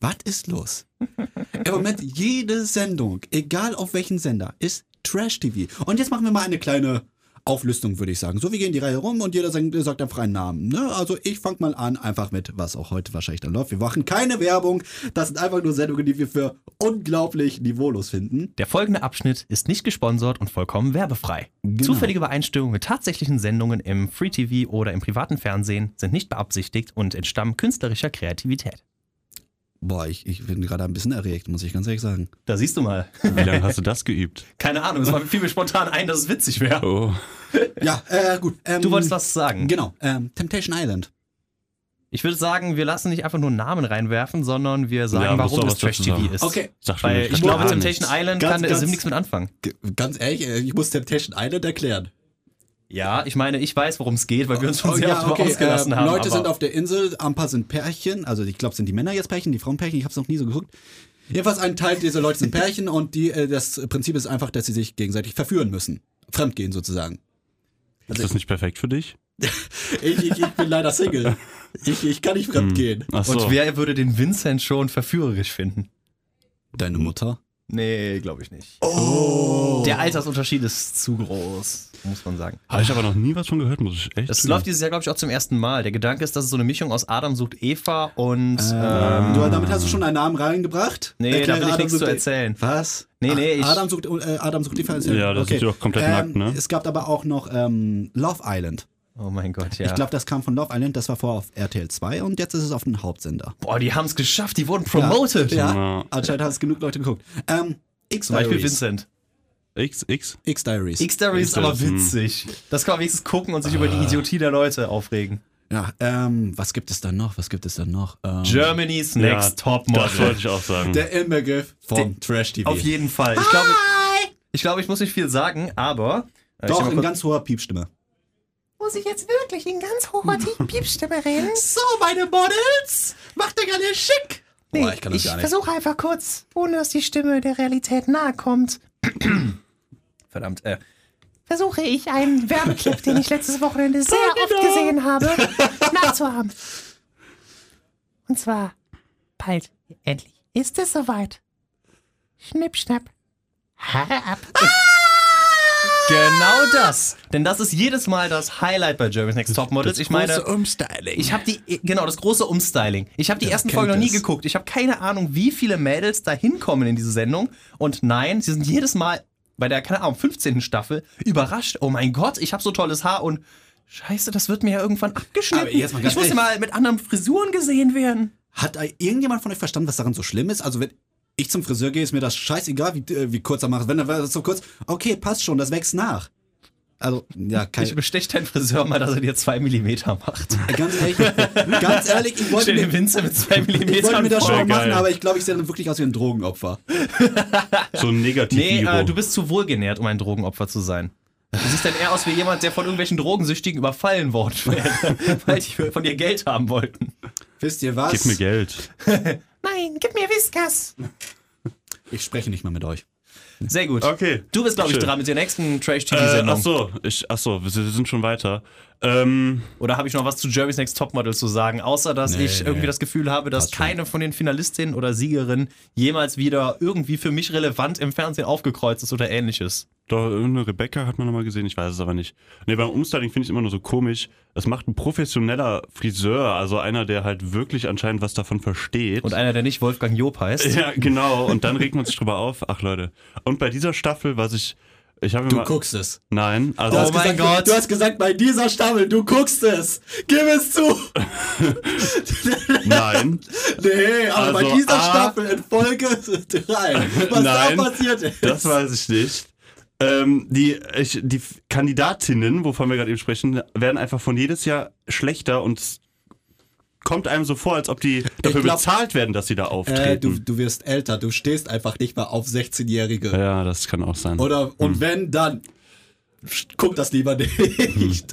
D: Was ist los? Im Moment, jede Sendung, egal auf welchen Sender, ist Trash-TV. Und jetzt machen wir mal eine kleine Auflistung, würde ich sagen. So, wir gehen die Reihe rum und jeder sagt, sagt einfach einen Namen. Ne? Also ich fange mal an, einfach mit, was auch heute wahrscheinlich dann läuft. Wir machen keine Werbung. Das sind einfach nur Sendungen, die wir für unglaublich niveaulos finden.
C: Der folgende Abschnitt ist nicht gesponsert und vollkommen werbefrei. Zufällige Übereinstimmungen mit tatsächlichen Sendungen im Free TV oder im privaten Fernsehen sind nicht beabsichtigt und entstammen künstlerischer Kreativität.
D: Boah, ich, ich bin gerade ein bisschen erregt, muss ich ganz ehrlich sagen.
C: Da siehst du mal.
B: Wie lange hast du das geübt?
C: Keine Ahnung, es war- fiel mir spontan ein, dass es witzig wäre.
B: Oh.
D: Ja, äh, gut. Ähm,
C: Du wolltest was sagen.
D: Genau, ähm, Temptation Island.
C: Ich würde sagen, wir lassen nicht einfach nur Namen reinwerfen, sondern wir sagen,
B: Ja, musst du
C: warum
B: aber
C: es
B: was dazu
C: Trash-TV
B: sagen.
C: ist.
D: Okay.
B: Sag schon,
C: Weil ich
B: verstehe
C: glaube,
B: gar
C: Temptation
B: nichts.
C: Island
D: Ganz,
C: kann
D: ganz-
C: da nichts mit anfangen.
D: G ganz ehrlich, äh, ich muss Temptation Island erklären.
C: Ja, ich meine, ich weiß, worum es geht, weil wir uns schon
D: Oh,
C: sehr oft darüber ausgelassen
D: äh,
C: haben.
D: Leute
C: aber
D: sind auf der Insel, ein paar sind Pärchen, also ich glaube, sind die Männer jetzt Pärchen, die Frauen Pärchen, ich habe es noch nie so geguckt. Jedenfalls ein Teil dieser Leute sind Pärchen und die, äh, das Prinzip ist einfach, dass sie sich gegenseitig verführen müssen. Fremdgehen sozusagen.
B: Ist das nicht perfekt für dich?
D: Ich, ich, ich bin leider Single. Ich, ich kann nicht fremdgehen.
B: Ach so.
C: Und wer würde den Vincent schon verführerisch finden?
D: Deine Mutter?
C: Nee, glaube ich nicht.
D: Oh.
C: Der Altersunterschied ist zu groß, muss man sagen.
B: Habe ich aber noch nie was von gehört, muss ich echt
C: Das
B: sagen.
C: läuft dieses Jahr, glaube ich, auch zum ersten Mal. Der Gedanke ist, dass es so eine Mischung aus Adam sucht Eva und. ähm,
D: du, damit hast du schon einen Namen reingebracht?
C: nee,
D: Erklär Ah.
C: da will ich
D: Äh, Adam
C: nichts zu
D: Sucht-
C: erzählen.
D: Was?
C: Nee, nee,
D: Ah,
C: ich-
D: Adam sucht, äh, Adam sucht die Fans.
B: Ja, das sind die doch komplett
D: ähm,
B: nackt, ne?
D: Es gab aber auch noch ähm, Love Island.
C: Oh mein Gott, ja.
D: Ich glaube, das kam von Love Island, das war vorher auf RTL 2 und jetzt ist es auf den Hauptsender.
C: Boah, die haben es geschafft, die wurden
D: Ja.
C: promoted.
D: Ja,
B: Ja.
D: anscheinend haben es genug Leute geguckt. Ähm,
C: Zum Beispiel
D: X-Diaries.
C: Vincent.
B: X, X?
D: X-Diaries.
C: X-Diaries ist aber
B: X-Diaries, hm.
C: witzig. Das kann man wenigstens gucken und sich über die
D: Ah.
C: Idiotie der Leute aufregen.
D: ja, ähm, was gibt es dann noch? Was gibt es dann noch? Ähm,
C: Germany's Next Top
B: Das wollte
C: Model.
B: ich auch sagen.
D: der Inbegriff vom Trash-TV.
C: Auf jeden Fall. Ich glaube, ich, glaube, ich muss nicht viel sagen, aber. äh, ich
D: Doch,
C: mach
D: in
C: kurz-
D: ganz hoher Piepstimme.
E: Muss ich jetzt wirklich in ganz hoher Piepstimme reden?
D: So, meine Models, macht euch alle schick. Boah, ich kann das gar nicht.
E: versuche einfach kurz, ohne dass die Stimme der Realität nahe kommt,
C: verdammt, äh,
E: versuche ich einen Werbeclip, den ich letztes Wochenende sehr oft gesehen habe, nachzuahmen. Und zwar bald, endlich, ist es soweit. Schnipp, schnapp, Haare ab.
C: Genau das. Denn das ist jedes Mal das Highlight bei Germany's Next Top Models. Ich meine,
D: Umstyling.
C: ich habe die genau das große Umstyling. Ich habe die ersten
D: kennt
C: Folgen noch nie
D: es.
C: geguckt. Ich habe keine Ahnung, wie viele Mädels da hinkommen in diese Sendung und nein, sie sind jedes Mal bei der keine Ahnung 15. Staffel überrascht. Oh mein Gott, ich habe so tolles Haar und Scheiße, das wird mir ja irgendwann abgeschnitten.
D: Aber jetzt mal ganz
C: ich muss ja
D: ehrlich.
C: mal mit anderen Frisuren gesehen werden.
D: Hat ei- irgendjemand von euch verstanden, was daran so schlimm ist? Also wenn ich zum Friseur gehe, ist mir das scheißegal, wie, äh, wie kurz er macht. Wenn er wenn er so kurz, okay, passt schon, das wächst nach. Also, ja, kein, äh,
C: Ich bestech deinen Friseur mal, dass er dir zwei Millimeter macht.
D: ganz ehrlich, ganz ehrlich, ich wollte
C: Stell dir
D: mir,
C: Winzer mit zwei
D: ich wollte
C: Millimetern
D: mir das
C: vor.
D: schon mal
B: Wäre
D: machen,
B: geil.
D: aber ich glaube, ich sehe dann wirklich aus wie ein Drogenopfer.
B: So ein negativ
C: Nee,
B: Niro.
C: äh, du bist zu wohlgenährt, um ein Drogenopfer zu sein. Du siehst dann eher aus wie jemand, der von irgendwelchen Drogensüchtigen überfallen worden wäre, weil die von dir Geld haben wollten.
D: Wisst ihr was?
B: Gib mir Geld.
E: Nein, gib mir Whiskas.
D: Ich spreche nicht mehr mit euch.
C: Sehr gut.
B: Okay.
C: Du bist, glaube ich,
B: Schön.
C: dran mit der nächsten
B: Äh,
C: Trash-TV-Sendung.
B: ach so, ich, ach so, wir wir sind schon weiter. Ähm,
C: Oder habe ich noch was zu Jeremy's Next Topmodel zu sagen? Außer, dass ich irgendwie das Gefühl habe, dass keine von den Finalistinnen oder Siegerinnen jemals wieder irgendwie für mich relevant im Fernsehen aufgekreuzt ist oder ähnliches.
B: doch, irgendeine Rebecca hat man nochmal gesehen, ich weiß es aber nicht. Nee, beim Umstyling finde ich es immer nur so komisch. Das macht ein professioneller Friseur, also einer, der halt wirklich anscheinend was davon versteht.
C: Und einer, der nicht Wolfgang Job heißt.
B: ja, genau. Und dann regt man sich drüber auf. Ach, Leute. Und bei dieser Staffel, was ich. Ich habe
D: Du
B: immer.
D: guckst es.
B: Nein,
D: Du
B: also.
D: hast
C: Oh mein
D: gesagt,
C: Gott.
D: Du hast gesagt, bei dieser Staffel, du guckst es. Gib es zu.
B: Nein.
D: Nee, aber bei
B: Also,
D: dieser
B: A-
D: Staffel in Folge 3. Was
B: Nein,
D: da passiert ist.
B: Das weiß ich nicht. Ähm, die, ich, die F- Kandidatinnen, wovon wir gerade eben sprechen, werden einfach von jedes Jahr schlechter und es kommt einem so vor, als ob die dafür
D: glaub-
B: bezahlt werden, dass sie da
D: äh, du,
B: auftreten.
D: du wirst älter, du stehst einfach nicht mehr auf 16-Jährige.
B: ja, das kann auch sein.
D: Oder, und wenn, dann guck das lieber nicht.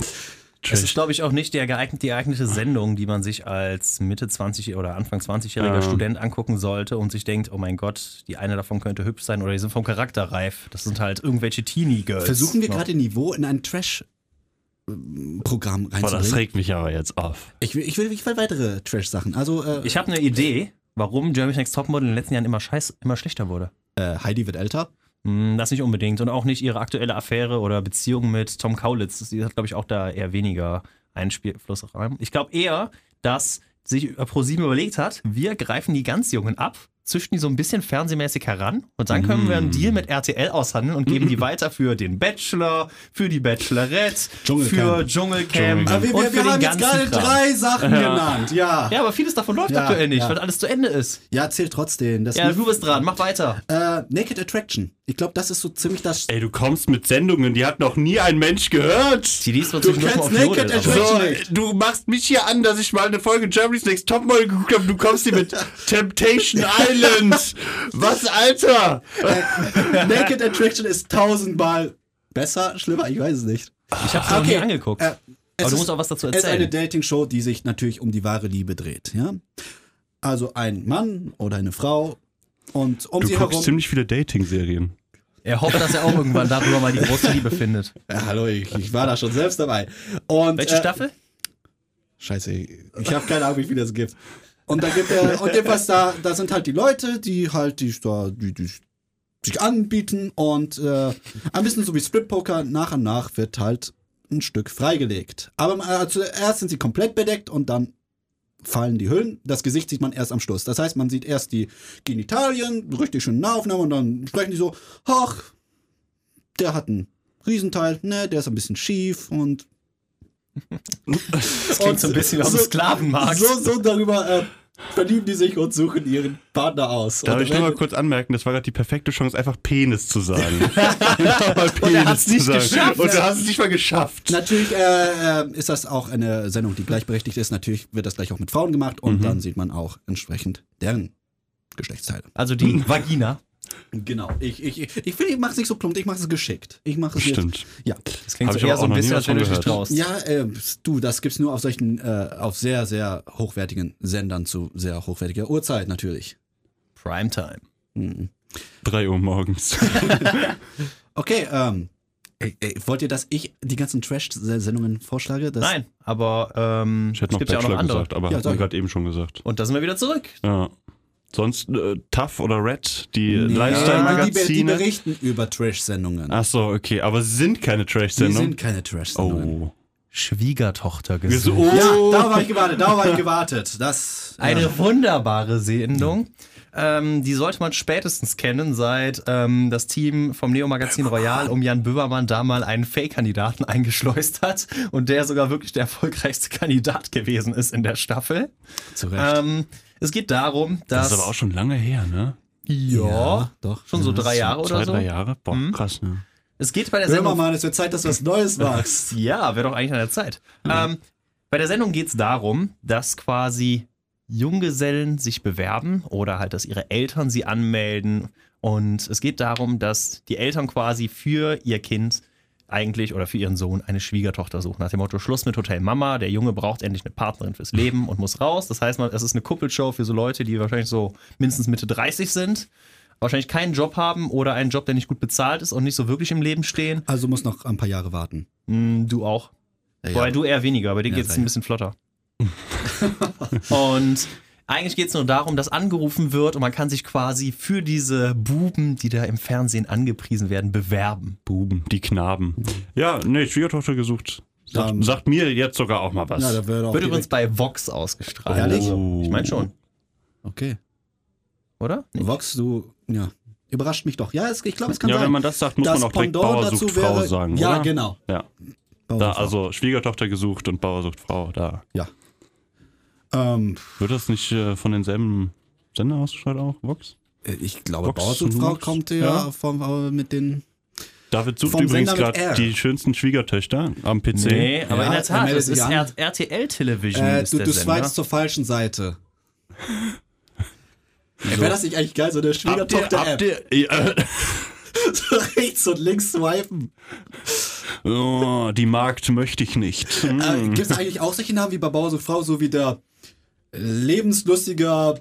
C: Das ist, glaube ich, auch nicht der geeignet, die geeignete Sendung, die man sich als Mitte 20 oder Anfang 20-jähriger
B: Ja.
C: Student angucken sollte und sich denkt, oh mein Gott, die eine davon könnte hübsch sein oder die sind vom Charakter reif. Das sind halt irgendwelche Teenie-Girls.
D: Versuchen wir
C: noch.
D: gerade Niveau in ein Trash-Programm
B: Boah, das
D: reinzubringen.
B: regt mich aber jetzt auf.
D: Ich will, ich will, ich will weitere Trash-Sachen. Also, äh,
C: Ich habe eine Idee, warum Jeremy's Next Topmodel in den letzten Jahren immer, scheiß, immer schlechter wurde.
D: äh, Heidi wird älter.
C: Mm, Das nicht unbedingt. Und auch nicht ihre aktuelle Affäre oder Beziehung mit Tom Kaulitz. Sie hat, glaube ich, auch da eher weniger Einfluss rein. Ich glaube eher, dass sich ProSieben überlegt hat, wir greifen die ganz Jungen ab, züchten die so ein bisschen fernsehmäßig heran und dann können wir einen Deal mit RTL aushandeln und geben die weiter für den Bachelor, für die Bachelorette,
D: Dschungelcamp.
C: für Dschungelcamp
B: Aber
C: und für den ganzen Kram.
D: Sachen genannt. Ja.
C: Ja, aber vieles davon läuft
D: Ja,
C: aktuell nicht,
D: ja.
C: weil alles zu Ende ist.
D: ja, zählt trotzdem. Das
C: Ja, du bist dran, mach weiter.
D: äh, Naked Attraction. Ich glaube, das ist so ziemlich das.
B: Ey, du kommst mit Sendungen, die hat noch nie ein Mensch gehört.
C: Die liest man sich nur
D: kennst
C: auf
D: Naked
C: Jodel, aber-
D: Attraction.
B: So,
D: Nicht.
B: du machst mich hier an, dass ich mal eine Folge Germany's Next Topmodel geguckt habe. Du kommst hier mit Temptation Island. Was, Alter?
D: Naked Attraction ist tausendmal besser, schlimmer, ich weiß es nicht.
C: Ich hab's noch nie angeguckt.
D: Äh, es
C: Aber du
D: ist-
C: musst auch was dazu
D: Es ist eine
C: erzählen.
D: Dating-Show, die sich natürlich um die wahre Liebe dreht. Ja? Also ein Mann oder eine Frau und um sie herum.
B: ziemlich viele Dating-Serien.
C: Er hofft, dass er auch irgendwann darüber mal die große Liebe findet.
D: Ja, hallo, ich, ich war da schon selbst dabei. Und,
C: Welche
D: äh,
C: Staffel?
D: Scheiße, ich habe keine Ahnung, wie viel das gibt. Und da gibt er, und jedenfalls da, da sind halt die Leute, die halt die, da- die, die sich anbieten und äh, ein bisschen so wie Split Poker, nach und nach wird halt ein Stück freigelegt. Aber äh, zuerst sind sie komplett bedeckt und dann fallen die Hüllen. Das Gesicht sieht man erst am Schluss. Das heißt, man sieht erst die Genitalien, richtig schöne Nahaufnahme und dann sprechen die so, ach, der hat einen Riesenteil, ne, der ist ein bisschen schief und
C: Das
D: klingt so ein bisschen auf dem
C: Sklavenmarkt.
D: so, so darüber äh, verlieben die sich und suchen ihren Partner aus.
B: Darf
D: und
B: ich nur
D: wenn-
B: mal kurz anmerken, das war gerade die perfekte Chance, einfach Penis zu sagen. Einfach mal Penis
C: hat's nicht
B: zu sagen.
C: geschafft.
B: Und du hast es nicht mal geschafft.
D: natürlich äh, äh, ist das auch eine Sendung, die gleichberechtigt ist. Natürlich wird das gleich auch mit Frauen gemacht und dann sieht man auch entsprechend deren Geschlechtsteile.
C: Also die Vagina.
D: Genau. Ich, ich, ich, ich finde, ich mache es nicht so plump, ich mache es geschickt. Ich mache es
B: Stimmt.
D: Ja.
C: Das klingt
B: Hab
C: so
B: ich
C: eher
B: aber
C: so
B: auch
C: ein
B: noch nie
C: bisschen,
B: was
C: als wenn du
B: von
C: dich
B: gehört.
C: traust.
D: Ja, äh, du, das gibt's nur auf solchen, äh, auf sehr, sehr hochwertigen Sendern zu sehr hochwertiger Uhrzeit natürlich.
C: Primetime.
D: Mhm.
B: Drei Uhr morgens.
D: Okay, ähm, ey, ey, wollt ihr, dass ich die ganzen Trash-Sendungen vorschlage? Das-
C: Nein, aber ähm,
B: Ich
C: es
B: hätte noch
C: gibt ja auch noch
B: Bachelor
C: andere.
B: gesagt, aber
D: Ja,
B: hat
D: sag
B: man
D: ich.
B: gerade eben schon gesagt.
C: Und da sind wir wieder zurück.
B: Ja. Sonst äh, Tough oder Red, die
D: Nee,
B: Lifestyle-Magazine.
D: Die, die berichten über Trash-Sendungen.
B: Ach so, okay, aber sie sind keine
D: Die
B: Trash-Sendung.
D: sind keine Trash-Sendungen.
B: Oh.
C: Schwiegertochter
B: Wir so,
C: gesucht.
B: oh.
D: Ja, da war ich gewartet, da war ich gewartet. Das.
C: Eine
D: Ja.
C: wunderbare Sendung. Ähm, die sollte man spätestens kennen, seit ähm, das Team vom Neo-Magazin Royal um Jan Böhmermann da mal einen Fake-Kandidaten eingeschleust hat und der sogar wirklich der erfolgreichste Kandidat gewesen ist in der Staffel.
D: Zu Recht.
C: Ähm, es geht darum, dass.
B: Das ist aber auch schon lange her, ne?
C: ja,
D: Ja, doch.
C: schon so drei Jahre
B: Zwei,
C: oder so. Hm?
B: drei Jahre? Boah, krass, ne?
C: Es geht bei der Sendung
D: Böhmermann, es wird Zeit, dass du was Neues machst.
C: Ja, wäre doch eigentlich an der Zeit. Ähm, bei der Sendung geht es darum, dass quasi Junggesellen sich bewerben oder halt, dass ihre Eltern sie anmelden. Und es geht darum, dass die Eltern quasi für ihr Kind eigentlich oder für ihren Sohn eine Schwiegertochter suchen. Nach dem Motto, Schluss mit Hotel Mama, der Junge braucht endlich eine Partnerin fürs Leben und muss raus. Das heißt, man, es ist eine Kuppelshow für so Leute, die wahrscheinlich so mindestens Mitte 30 sind. wahrscheinlich keinen Job haben oder einen Job, der nicht gut bezahlt ist und nicht so wirklich im Leben stehen.
D: Also muss noch ein paar Jahre warten.
C: Hm, du auch.
D: Äh, Ja,
C: Wobei du eher weniger, bei dir
D: Ja,
C: geht es
D: sei-
C: ein bisschen flotter. und eigentlich geht es nur darum, dass angerufen wird und man kann sich quasi für diese Buben, die da im Fernsehen angepriesen werden, bewerben.
B: Buben, die Knaben. Ja, nee, Schwiegertochter gesucht. Sagt,
D: Ähm,
B: sagt mir jetzt sogar auch mal was. Oh.
D: ja, da wäre doch
C: Wird
D: direkt-
C: übrigens bei Vox ausgestrahlt.
D: Ehrlich?
C: Ich meine schon,
D: Okay.
C: oder? Nee.
D: Vox, du, ja, überrascht mich doch. Ja, es, ich glaube, es kann
B: ja,
D: sein.
B: wenn man das sagt, muss
D: Das
B: man auch direkt
D: Pendant
B: Bauer
D: dazu
B: sucht Frau
D: wäre-
B: sagen,
D: Ja,
B: oder?
D: genau.
B: Ja.
D: Bauer
B: Da,
D: sucht Frau.
B: also Schwiegertochter gesucht und Bauer sucht Frau, da.
D: Ähm,
B: Wird das nicht äh, von denselben Sender ausgestrahlt auch, Vox?
D: ich glaube,
B: Vox
D: Bauer sucht Frau
B: sucht-
D: kommt ja,
B: ja.
D: Vom, äh, mit den.
B: David sucht
D: Vom
B: übrigens
D: Sender mit
B: gerade
D: R.
B: die schönsten Schwiegertöchter am PC.
C: Nee, aber
D: Ja,
C: in der
D: er
C: Tat,
D: meldet
C: das
D: sich
C: ist
D: an.
C: R- RTL Television.
D: Äh,
C: ist
D: du
C: der
D: du
C: Sender.
D: swipest zur falschen Seite. Wäre das nicht eigentlich geil, so eine
B: Habt ihr, habt
D: Schwiegertochter-App?
B: ihr, äh,
D: So rechts und links swipen.
B: oh, die Markt möchte ich nicht. Hm.
D: Äh, Gibt es eigentlich auch solche Namen wie bei Bauer sucht Frau, so wie der lebenslustiger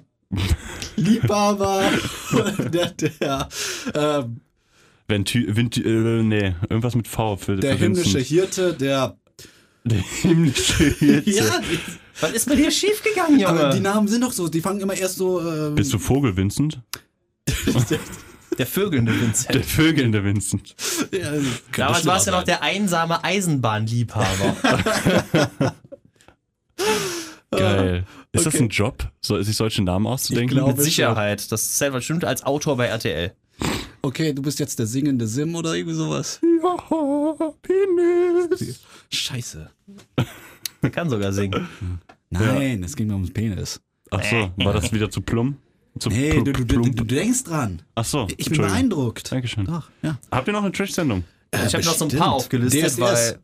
D: Liebhaber, der, der, ähm,
B: Ventu, Ventu, äh, nee, irgendwas mit V für
D: Der
B: für Vincent.
D: himmlische Hirte, der.
B: Der himmlische Hirte.
D: Ja,
C: Was ist mit dir schiefgegangen,
D: aber die
C: Junge?
D: Namen sind doch so, die fangen immer erst so. Ähm,
B: Bist du Vogel, Vincent?
C: Der vögelnde
B: Der
C: Vincent.
B: vögelnde Vincent.
D: ja, das kann
C: Damals
D: schlimmer
C: warst du
D: sein.
C: noch der einsame Eisenbahnliebhaber.
B: Geil. Ist das
D: okay.
B: ein Job, so, sich solche Namen auszudenken?
D: Ich glaub-
C: Mit Sicherheit. Das zählt bestimmt als Autor bei RTL.
D: Okay, du bist jetzt der singende Sim oder irgendwie sowas.
B: ja, Penis.
D: Scheiße.
C: Der kann sogar singen.
D: Nein, es ging mir ums Penis.
B: Ach so, war das wieder zu plump? Zu
D: Hey,
B: pl-
D: du, du, du,
B: plump?
D: du denkst dran.
B: Ach so,
D: Ich bin
B: Entschuldigung.
D: beeindruckt.
B: Dankeschön.
D: Doch, ja.
B: Habt ihr noch eine Trash-Sendung?
C: Ich habe noch so ein
D: bestimmt.
C: paar aufgelistet,
D: DSDS.
C: weil.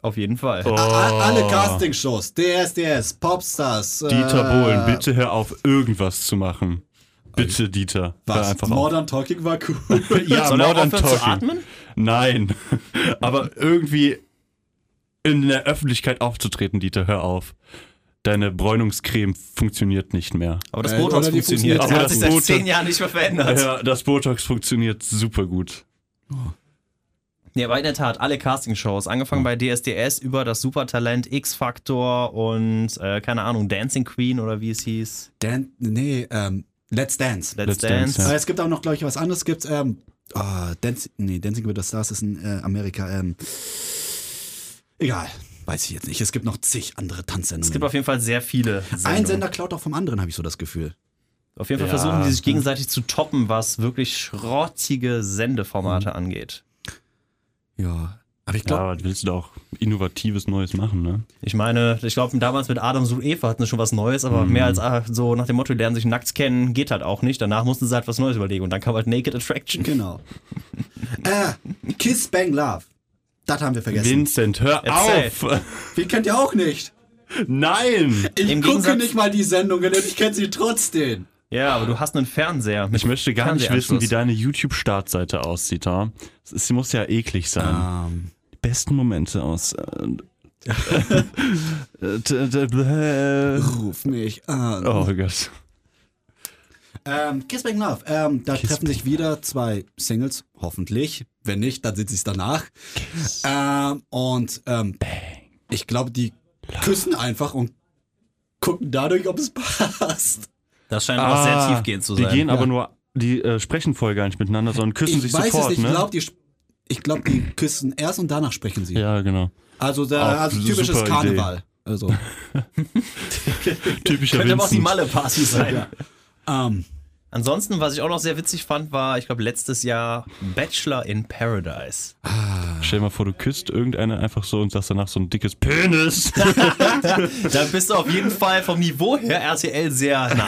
C: Auf jeden Fall.
B: Oh.
D: A- Alle Castingshows, DSDS, Popstars.
B: Dieter
D: äh,
B: Bohlen, bitte hör auf, irgendwas zu machen. Bitte, Dieter. Hör
D: Was?
B: einfach auf.
D: Modern Talking war cool.
B: Ja,
C: Soll er
B: Modern
C: aufhören zu
B: Talking.
C: atmen?
B: Nein. Aber irgendwie in der Öffentlichkeit aufzutreten, Dieter, hör auf. Deine Bräunungscreme funktioniert nicht mehr.
C: Aber das
D: Äh,
C: Botox
D: oder die funktioniert
C: funktioniert. Das
B: auch.
C: hat sich seit
B: Botox.
C: zehn Jahren nicht mehr verändert.
B: Ja, das Botox funktioniert super gut.
C: Ja, aber in der Tat, alle Castingshows, angefangen bei DSDS über das Supertalent, X-Factor und, äh, keine Ahnung, Dancing Queen oder wie es hieß.
D: Dan nee, ähm, Let's Dance.
C: Let's,
B: Let's
C: Dance.
B: Dance,
D: Äh, es gibt auch noch, glaube ich, was anderes. Gibt ähm, ah, Dancing, nee, Dancing with the Stars ist in äh, Amerika. Ähm, egal, weiß ich jetzt nicht. Es gibt noch zig andere Tanzsendungen.
C: Es gibt auf jeden Fall sehr viele.
D: Ein
C: Sendungen.
D: Sender klaut auch vom anderen, habe ich so das Gefühl.
C: Auf jeden Fall
B: Ja.
C: versuchen die sich gegenseitig zu toppen, was wirklich schrottige Sendeformate angeht.
D: Ja, aber ich
B: Ja,
D: glaube,
B: aber willst du da auch innovatives Neues machen, ne?
C: Ich meine, ich glaube, damals mit Adam und Eva hatten sie schon was Neues, aber mehr als ah, so nach dem Motto, lernen sich nackt kennen, geht halt auch nicht. Danach mussten sie halt was Neues überlegen und dann kam halt Naked Attraction.
D: genau. äh, Kiss, Bang, Love. Das haben wir vergessen.
B: Vincent, hör
C: Erzähl.
B: auf!
D: Den kennt ihr auch nicht.
B: Nein!
D: Ich
C: Im
D: gucke
C: Gegensatz-
D: nicht mal die Sendungen und ich kenne sie trotzdem.
C: Ja, aber du hast einen Fernseher.
B: Ich möchte gar nicht wissen,
C: Fernsehanschluss.
B: wie deine YouTube-Startseite aussieht, ha? Es ist- Sie muss ja eklig sein.
C: Ähm.
B: Die besten Momente aus. Äh, äh, t- t- bläh.
D: Ruf mich an.
B: oh Gott.
D: Ähm, Kiss Bang Love. Ähm, da treffen sich wieder zwei Singles, hoffentlich. Wenn nicht, dann sind sie es danach. Ähm, und ähm, ich glaube, die küssen einfach und gucken dadurch, ob es passt.
C: Das scheint aber sehr
B: Ah,
C: tiefgehend zu sein.
B: Die gehen
D: Ja.
B: aber nur, die äh, sprechen vorher gar nicht miteinander, sondern küssen
D: ich
B: sich
D: weiß
B: sofort,
D: es nicht.
B: ne?
D: Ich glaube, die, ich glaub, die küssen erst und danach sprechen sie.
B: ja, genau.
D: Also, der,
B: Auch
D: also
B: eine
D: typisches
B: super Idee.
D: Karneval. Also,
B: Typischer
C: Könnte aber auch die
B: Vincent.
C: Malle-Party sein.
D: ja. ähm,
C: Ansonsten, was ich auch noch sehr witzig fand, war, ich glaube, letztes Jahr Bachelor in Paradise.
B: Stell dir mal vor, du küsst irgendeine einfach so und sagst danach so ein dickes Penis.
C: Da bist du auf jeden Fall vom Niveau her RTL sehr nah.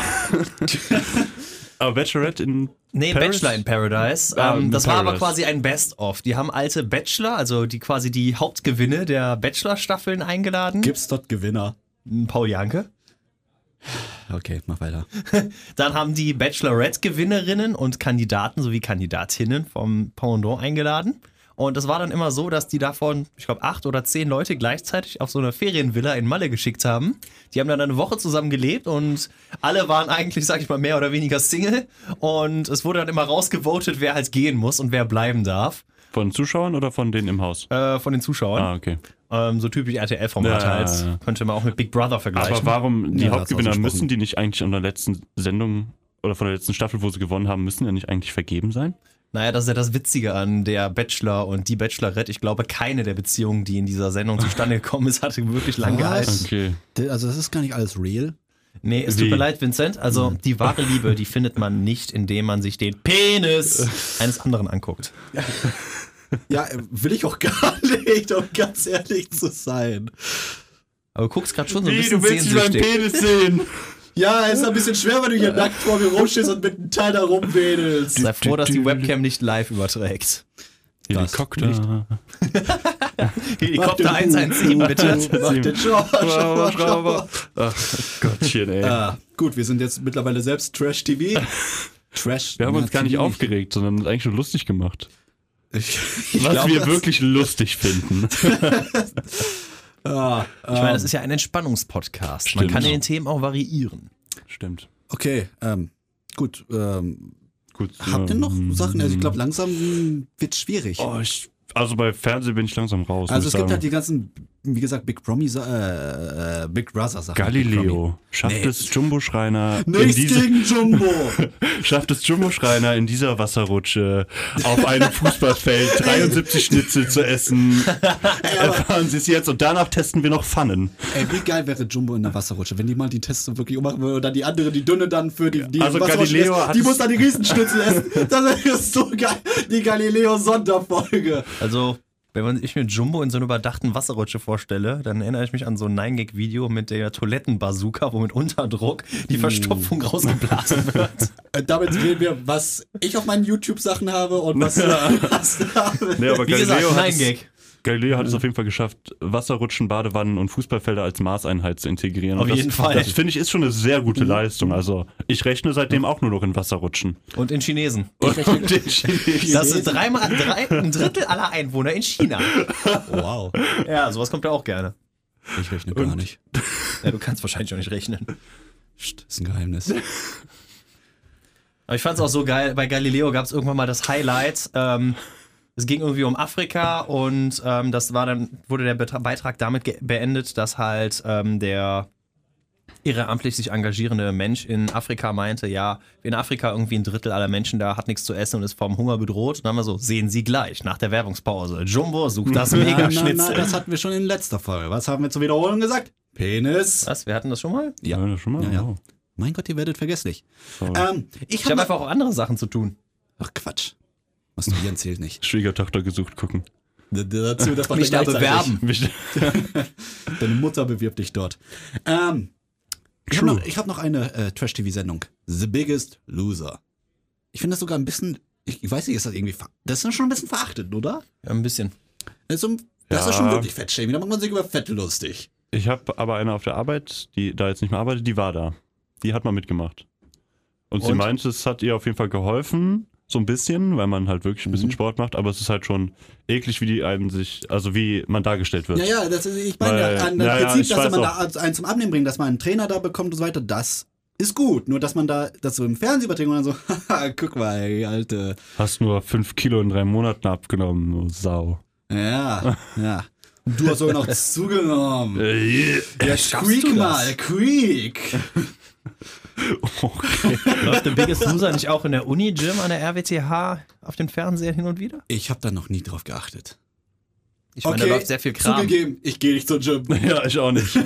B: aber Bachelorette in.
C: Nee,
B: Paris?
C: Bachelor in Paradise.
B: Ah,
C: Ähm,
B: in
C: das war aber
B: Paradise.
C: quasi ein Best-of. Die haben alte Bachelor, also die quasi die Hauptgewinne der Bachelor-Staffeln eingeladen.
D: gibt's dort Gewinner?
C: Paul Janke.
D: Okay, mach weiter.
C: Dann haben die Bachelorette-Gewinnerinnen und Kandidaten sowie Kandidatinnen vom Pendant eingeladen. Und das war dann immer so, dass die davon, ich glaube, acht oder zehn Leute gleichzeitig auf so eine Ferienvilla in Malle geschickt haben. Die haben dann eine Woche zusammen gelebt und alle waren eigentlich, sag ich mal, mehr oder weniger Single. Und es wurde dann immer rausgevotet, wer halt gehen muss und wer bleiben darf.
B: Von Zuschauern oder von denen im Haus?
C: Äh, von den Zuschauern.
B: Ah, okay.
C: Ähm, so typisch RTL-Format
B: Ja, ja,
C: halt.
B: ja.
C: Könnte man auch mit Big Brother vergleichen.
B: Aber warum, die
D: Ja, hat's
B: Hauptgewinner
D: ausgesprochen.
B: müssen die nicht eigentlich an der letzten Sendung oder von der letzten Staffel, wo sie gewonnen haben, müssen ja nicht eigentlich vergeben sein?
C: Naja, das ist ja das Witzige an der Bachelor und die Bachelorette. Ich glaube, keine der Beziehungen, die in dieser Sendung zustande gekommen ist, hatte wirklich lang
D: Was?
C: gehalten.
B: Okay.
D: Also das ist gar nicht alles real.
C: Nee, es
B: Wie?
C: tut mir leid, Vincent. Also, die wahre Liebe, die findet man nicht, indem man sich den Penis eines anderen anguckt.
D: Ja, äh, will ich auch gar nicht, um ganz ehrlich zu sein.
C: Aber du guckst gerade schon so ein
F: Wie,
C: bisschen
F: du willst nicht meinen
C: sehnsüchtig.
F: Penis sehen?
D: Ja, ist ein bisschen schwer, wenn du
B: Äh.
D: hier nackt vor mir rumstehst und mit einem Teil da rumwedelst.
C: Sei froh, dass die Webcam nicht live überträgt.
B: Helikopter.
D: genau.
C: Helikopter 117, bitte.
D: Mach den George.
B: Schrauber. Ach Gottchen, ey.
D: Ah, gut, wir sind jetzt mittlerweile selbst Trash-TV. Trash.
B: Wir haben uns gar nicht
D: natürlich.
B: aufgeregt, sondern uns eigentlich nur lustig gemacht.
D: Ich, ich
B: Was
D: glaub,
B: wir
D: das-
B: wirklich lustig finden.
D: Ah,
C: Ich meine, das ist ja ein Entspannungspodcast. Man
B: Stimmt.
C: kann in den Themen auch variieren.
B: Stimmt.
D: okay, ähm, gut. Ähm,
B: Gut.
D: habt ihr
B: ähm,
D: noch Sachen? Also ich glaube, langsam wird schwierig.
B: Oh, ich, also bei Fernsehen bin ich langsam raus.
D: also es
B: muss ich
D: gibt halt
B: sagen.
D: die ganzen, wie gesagt, Big Promi, äh, äh, Big Brother Sachen.
B: Galileo. Schafft
D: Nee.
B: es Jumbo Schreiner
D: Big Promi.
B: in
D: Nichts
B: diese,
D: gegen Jumbo.
B: schafft es Jumbo Schreiner in dieser Wasserrutsche auf einem Fußballfeld 73 Schnitzel zu essen. Erfahren Sie es jetzt und danach testen wir noch Pfannen.
D: Ey, wie geil wäre Jumbo in der Wasserrutsche, wenn die mal die Tests so wirklich ummachen würde und dann die andere, die dünne dann für die, die
B: Also
D: Wasserrutsche
B: Galileo
D: ist,
B: hat
D: die
B: es-
D: muss dann die Riesenschnitzel essen. Das ist so geil. Die Galileo-Sonderfolge.
C: Also, wenn man ich mir Jumbo in so einer überdachten Wasserrutsche vorstelle, dann erinnere ich mich an so ein 9-Gag-Video mit der Toilettenbazooka, wo mit Unterdruck die
D: Hm.
C: Verstopfung rausgeblasen wird.
D: Äh, Damit sehen wir, was ich auf meinen YouTube-Sachen habe und was du hast.
B: Nee, aber
C: Wie gesagt,
B: Galileo, hat es,
C: 9-Gag.
B: Galileo hat es auf jeden Fall geschafft, Wasserrutschen, Badewannen und Fußballfelder als Maßeinheit zu integrieren.
C: Auf
B: und das,
C: jeden Fall.
B: Das finde ich ist schon eine sehr
D: Mhm.
B: gute Leistung. Also ich rechne seitdem auch nur noch in Wasserrutschen.
C: Und in Chinesen.
B: Und den Chinesen.
C: Das sind dreimal drei, ein Drittel aller Einwohner in China.
D: Wow.
C: Ja, sowas kommt ja auch gerne.
D: Ich rechne gar nicht.
C: Ja, du kannst wahrscheinlich auch nicht rechnen.
D: Psst, ist ein Geheimnis.
C: Aber ich fand es auch so geil, bei Galileo gab es irgendwann mal das Highlight. Ähm, es ging irgendwie um Afrika und ähm, das war dann, wurde der Betra- Beitrag damit ge- beendet, dass halt ähm, der ehrenamtlich sich engagierende Mensch in Afrika meinte, ja, in Afrika irgendwie ein Drittel aller Menschen da hat nichts zu essen und ist vom Hunger bedroht. Und dann haben wir so, sehen Sie gleich nach der Werbungspause. Jumbo sucht das
D: Na, na,
C: Megaschnitzel.
D: das hatten wir schon in letzter Folge. Was haben wir zur Wiederholung gesagt? Penis.
C: Was? Wir hatten das schon mal?
B: Ja, das schon mal.
D: Ja, ja.
B: wow.
D: Mein Gott, ihr werdet vergesslich.
B: Sorry.
D: Ähm, ich
C: Ich habe
D: habe
C: einfach auch andere Sachen zu tun.
D: Ach Quatsch. Was du hier erzählt nicht.
B: Schwiegertochter gesucht gucken.
D: D- Dazu darf man
C: Mich da
D: gleichzeitig-
C: bewerben.
B: Mich-
D: Deine Mutter bewirbt dich dort. Ähm, ich habe
B: True.
D: noch, ich hab noch eine äh, Trash-TV-Sendung. The Biggest Loser. Ich finde das sogar ein bisschen, ich, ich weiß nicht, ist das irgendwie, ver- das ist schon ein bisschen verachtet, oder?
C: Ja, ein bisschen.
D: Das ist, so ein- das ist
B: Ja.
D: schon wirklich Fettshaming, da macht man sich über Fett lustig.
B: Ich habe aber eine auf der Arbeit, die da jetzt nicht mehr arbeitet, die war da. Die hat mal mitgemacht. Und, sie
C: Und?
B: meinte, es hat ihr auf jeden Fall geholfen, so ein bisschen, weil man halt wirklich ein
D: Mhm.
B: bisschen Sport macht, aber es ist halt schon eklig, wie die einem sich, also wie man dargestellt wird.
D: Ja, ja, das ist, ich meine,
B: Weil-
D: an das
B: ja, ja,
D: Prinzip,
B: ich
D: dass
B: weiß
D: man da einen zum Abnehmen bringt, dass man einen Trainer da bekommt und so weiter, das ist gut. Nur, dass man da das so im Fernsehen überträgt und dann so, haha, guck mal, ey, alte.
B: Hast nur fünf Kilo in drei Monaten abgenommen, du Sau.
D: Ja, ja. Du hast sogar noch zugenommen.
B: Äh,
D: Ja,
C: du
D: Squeak
C: das?
D: mal, Squeak.
B: okay.
C: Läuft The Biggest Loser nicht auch in der Uni-Gym an der RWTH auf den Fernsehern hin und wieder?
D: Ich habe da noch nie drauf geachtet.
C: Ich meine, da läuft sehr viel Kram.
D: Zugegeben, ich gehe nicht zum Gym.
B: Ja, ich auch nicht.